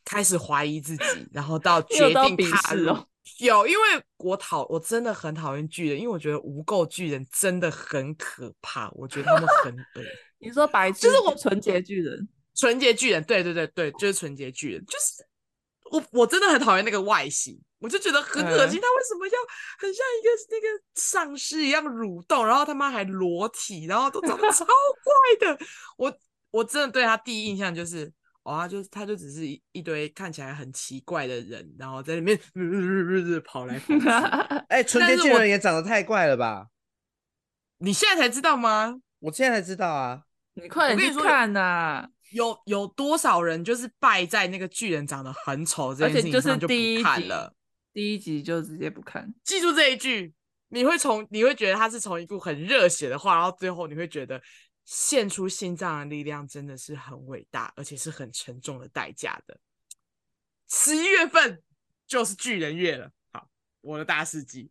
Speaker 2: 开始怀疑自己，然后 到
Speaker 3: 你有
Speaker 2: 决
Speaker 3: 到
Speaker 2: 定
Speaker 3: 鄙
Speaker 2: 踏
Speaker 3: 视
Speaker 2: 入。
Speaker 3: 哦
Speaker 2: 有，因为我讨我真的很讨厌巨人，因为我觉得无垢巨人真的很可怕，我觉得他们很恶
Speaker 3: 你说白痴
Speaker 2: 就是我
Speaker 3: 纯洁巨人，
Speaker 2: 纯洁巨人，对对对对，就是纯洁巨人，就是我我真的很讨厌那个外形，我就觉得很恶心，
Speaker 3: 嗯
Speaker 2: 他为什么要很像一个那个丧尸一样蠕动，然后他妈还裸体，然后都长得超怪的，我我真的对他第一印象就是。哦，他就他就只是一一堆看起来很奇怪的人，然后在里面跑来跑去。
Speaker 1: 哎、纯
Speaker 2: 但
Speaker 1: 洁
Speaker 2: 是
Speaker 1: 巨
Speaker 2: 我
Speaker 1: 人也长得太怪了吧？
Speaker 2: 你现在才知道吗？
Speaker 1: 我现在才知道啊。
Speaker 3: 你快
Speaker 2: 我跟
Speaker 3: 点
Speaker 2: 你
Speaker 3: 去
Speaker 2: 说
Speaker 3: 看呐、
Speaker 2: 有有多少人就是败在那个巨人长得很丑这
Speaker 3: 而
Speaker 2: 件
Speaker 3: 且就
Speaker 2: 事情
Speaker 3: 是
Speaker 2: 上就不
Speaker 3: 第一
Speaker 2: 看
Speaker 3: 集
Speaker 2: 了。
Speaker 3: 第一集就直接不看，
Speaker 2: 记住这一句，你会从你会觉得他是从一部很热血的话，然后最后你会觉得献出心脏的力量真的是很伟大，而且是很沉重的代价的。十一月份就是巨人月了，好，我的大事记，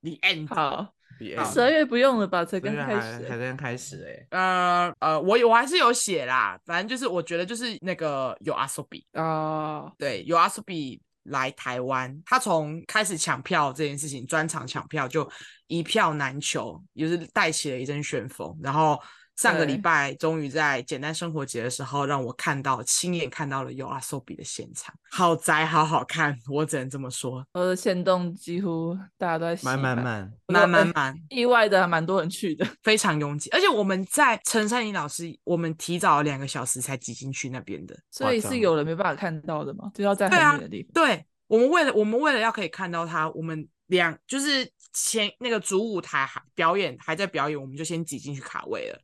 Speaker 2: 你 end
Speaker 3: 好，
Speaker 2: 嗯好
Speaker 3: 十二月不用了吧？才刚开
Speaker 1: 还
Speaker 3: 始
Speaker 1: 才
Speaker 3: 欸，
Speaker 1: 刚开始哎、
Speaker 2: 呃呃，我有我还是有写啦，反正就是我觉得就是那个有阿索比，
Speaker 3: 哦，
Speaker 2: 对，有阿苏比来台湾，他从开始抢票这件事情，专场抢票就一票难求，也是带起了一阵旋风。然后上个礼
Speaker 3: 对
Speaker 2: 拜终于在简单生活节的时候，让我看到亲眼看到了有阿苏比的现场，好宅，好好看，我只能这么说。
Speaker 3: 我的线动几乎大家都在洗
Speaker 1: 慢慢
Speaker 3: 版，
Speaker 1: 慢，
Speaker 3: 我说
Speaker 2: 慢慢
Speaker 3: 哎
Speaker 2: 慢，
Speaker 3: 意外的还蛮多人去的，
Speaker 2: 非常拥挤，而且我们在陈珊妮老师，我们提早了两个小时才挤进去那边的。
Speaker 3: 所以
Speaker 1: 夸张
Speaker 3: 是有人没办法看到的嘛，就要在
Speaker 2: 对
Speaker 3: 很
Speaker 2: 啊
Speaker 3: 远的地方。
Speaker 2: 对我们为了我们为了要可以看到他，我们两就是前那个主舞台还表演还在表演，我们就先挤进去卡位了。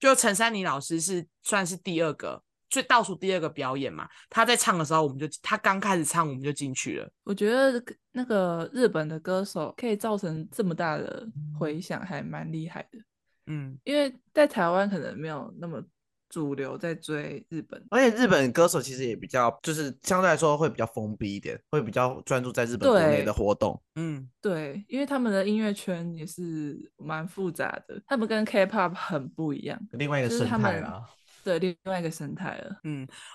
Speaker 2: 就陈珊妮老师是算是第二个最倒数第二个表演嘛，她在唱的时候，我们就她刚开始唱我们就进去了。
Speaker 3: 我觉得跟那个日本的歌手可以造成这么大的回响，还蛮厉害的。
Speaker 2: 嗯，
Speaker 3: 因为在台湾可能没有那么主流在追日本，
Speaker 1: 而且日本歌手其实也比较，就是相对来说会比较封闭一点，会比较专注在日本国内
Speaker 3: 对
Speaker 1: 的活动。
Speaker 2: 嗯，
Speaker 3: 对，因为他们的音乐圈也是蛮复杂的，他们跟 K-pop 很不一样，
Speaker 1: 另外一个
Speaker 3: 就是
Speaker 1: 生
Speaker 3: 他
Speaker 1: 态
Speaker 3: 们
Speaker 2: 啊
Speaker 1: 啦，
Speaker 3: 对，另外一个生态了。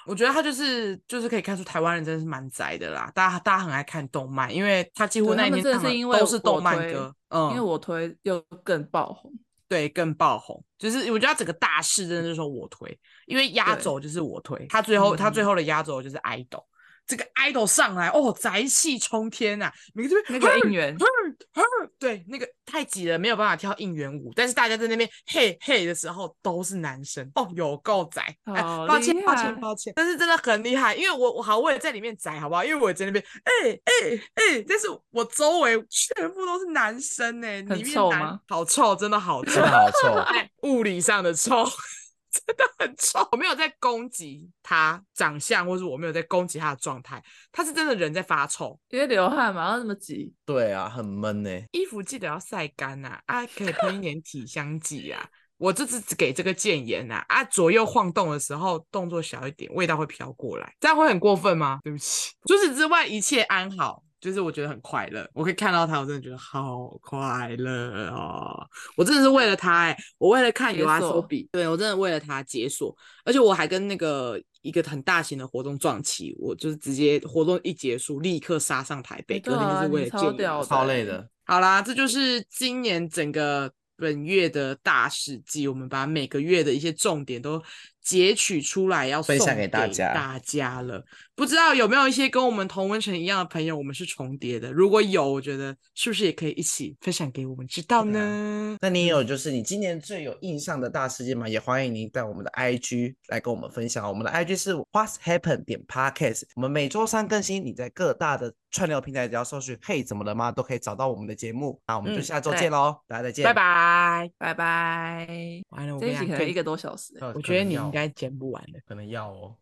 Speaker 2: 我觉得他就是就是可以看出台湾人真的是蛮宅的啦，大家大家很爱看动漫，因为他几乎
Speaker 3: 对
Speaker 2: 那
Speaker 3: 他
Speaker 2: 一
Speaker 3: 们
Speaker 2: 天
Speaker 3: 真的
Speaker 2: 唱的
Speaker 3: 是因为
Speaker 2: 都是动
Speaker 3: 我
Speaker 2: 漫
Speaker 3: 推
Speaker 2: 歌，嗯，
Speaker 3: 因为我推又更爆红，
Speaker 2: 对，更爆红，就是我觉得他整个大势真的就是说我推，因为压
Speaker 3: 对
Speaker 2: 轴就是我推，他最后、他最
Speaker 3: 嗯
Speaker 2: 后的压轴就是 idol，这个 idol 上来哦，宅气冲天呐、啊，每个这边
Speaker 3: 那个应
Speaker 2: 援，
Speaker 3: 援
Speaker 2: 哼哼对，那个太挤了，没有办法跳应援舞，但是大家在那边嘿嘿的时候都是男生哦，有够宅，哎，
Speaker 3: 好
Speaker 2: 抱歉
Speaker 3: 厉
Speaker 2: 抱
Speaker 3: 害
Speaker 2: 歉抱歉，但是真的很厉害，因为我我好我也在里面宅好不好？因为我也在那边哎哎哎，但是我周围全部都是男生哎、
Speaker 3: 很
Speaker 2: 里面
Speaker 3: 臭
Speaker 2: 男
Speaker 3: 吗？
Speaker 2: 好臭，真的好臭
Speaker 1: 真的。好 臭。
Speaker 2: 哎，物理上的臭， 真的很臭。我没有在攻击他长相，或是我没有在攻击他的状态，他是真的人在发臭。
Speaker 3: 因为流汗嘛，要那么挤，
Speaker 1: 对啊，很闷呢、
Speaker 2: 衣服记得要晒干呐、啊，可以喷一点体香剂啊。我这只只给这个谏言呐、啊，左右晃动的时候动作小一点，味道会飘过来，这样会很过分吗？对不起。除此之外，一切安好。就是我觉得很快乐，我可以看到他，我真的觉得好快乐哦！我真的是为了他、欸，我为了看
Speaker 3: 解
Speaker 2: 尤阿索
Speaker 3: 锁
Speaker 2: 比，对我真的为了他解锁，而且我还跟那个一个很大型的活动撞期，我就是直接活动一结束，立刻杀上台北，
Speaker 3: 哎
Speaker 2: 隔
Speaker 3: 对
Speaker 2: 天就
Speaker 3: 啊
Speaker 2: 是为
Speaker 3: 你
Speaker 2: 了
Speaker 3: 超
Speaker 2: 见你
Speaker 3: 屌的
Speaker 1: 超累的。
Speaker 2: 好啦，这就是今年整个本月的大事记，我们把每个月的一些重点都截取出来，要
Speaker 1: 分享
Speaker 2: 送
Speaker 1: 给大家
Speaker 2: 大家了。不知道有没有一些跟我们同温层一样的朋友，我们是重叠的？如果有，我觉得是不是也可以一起分享给我们知道
Speaker 1: 对啊
Speaker 2: 呢？
Speaker 1: 那你有就是你今年最有印象的大事件吗？也欢迎您在我们的 IG 来跟我们分享。我们的 IG 是 What's Happen 点 Podcast，我们每周三更新。你在各大的串流平台只要搜寻“嘿，怎么了吗”都可以找到我们的节目。那我们就
Speaker 2: 嗯
Speaker 1: 下周
Speaker 3: 对
Speaker 1: 见喽，大家再见，
Speaker 2: 拜。拜。
Speaker 3: 拜拜。
Speaker 2: 完了，我
Speaker 3: 这
Speaker 2: 跟
Speaker 3: 一
Speaker 2: 你
Speaker 3: 集
Speaker 2: 讲
Speaker 3: 可能
Speaker 2: 更
Speaker 3: 一个多小时欸、
Speaker 2: 我觉得你应该剪不完了。
Speaker 1: 可能要哦。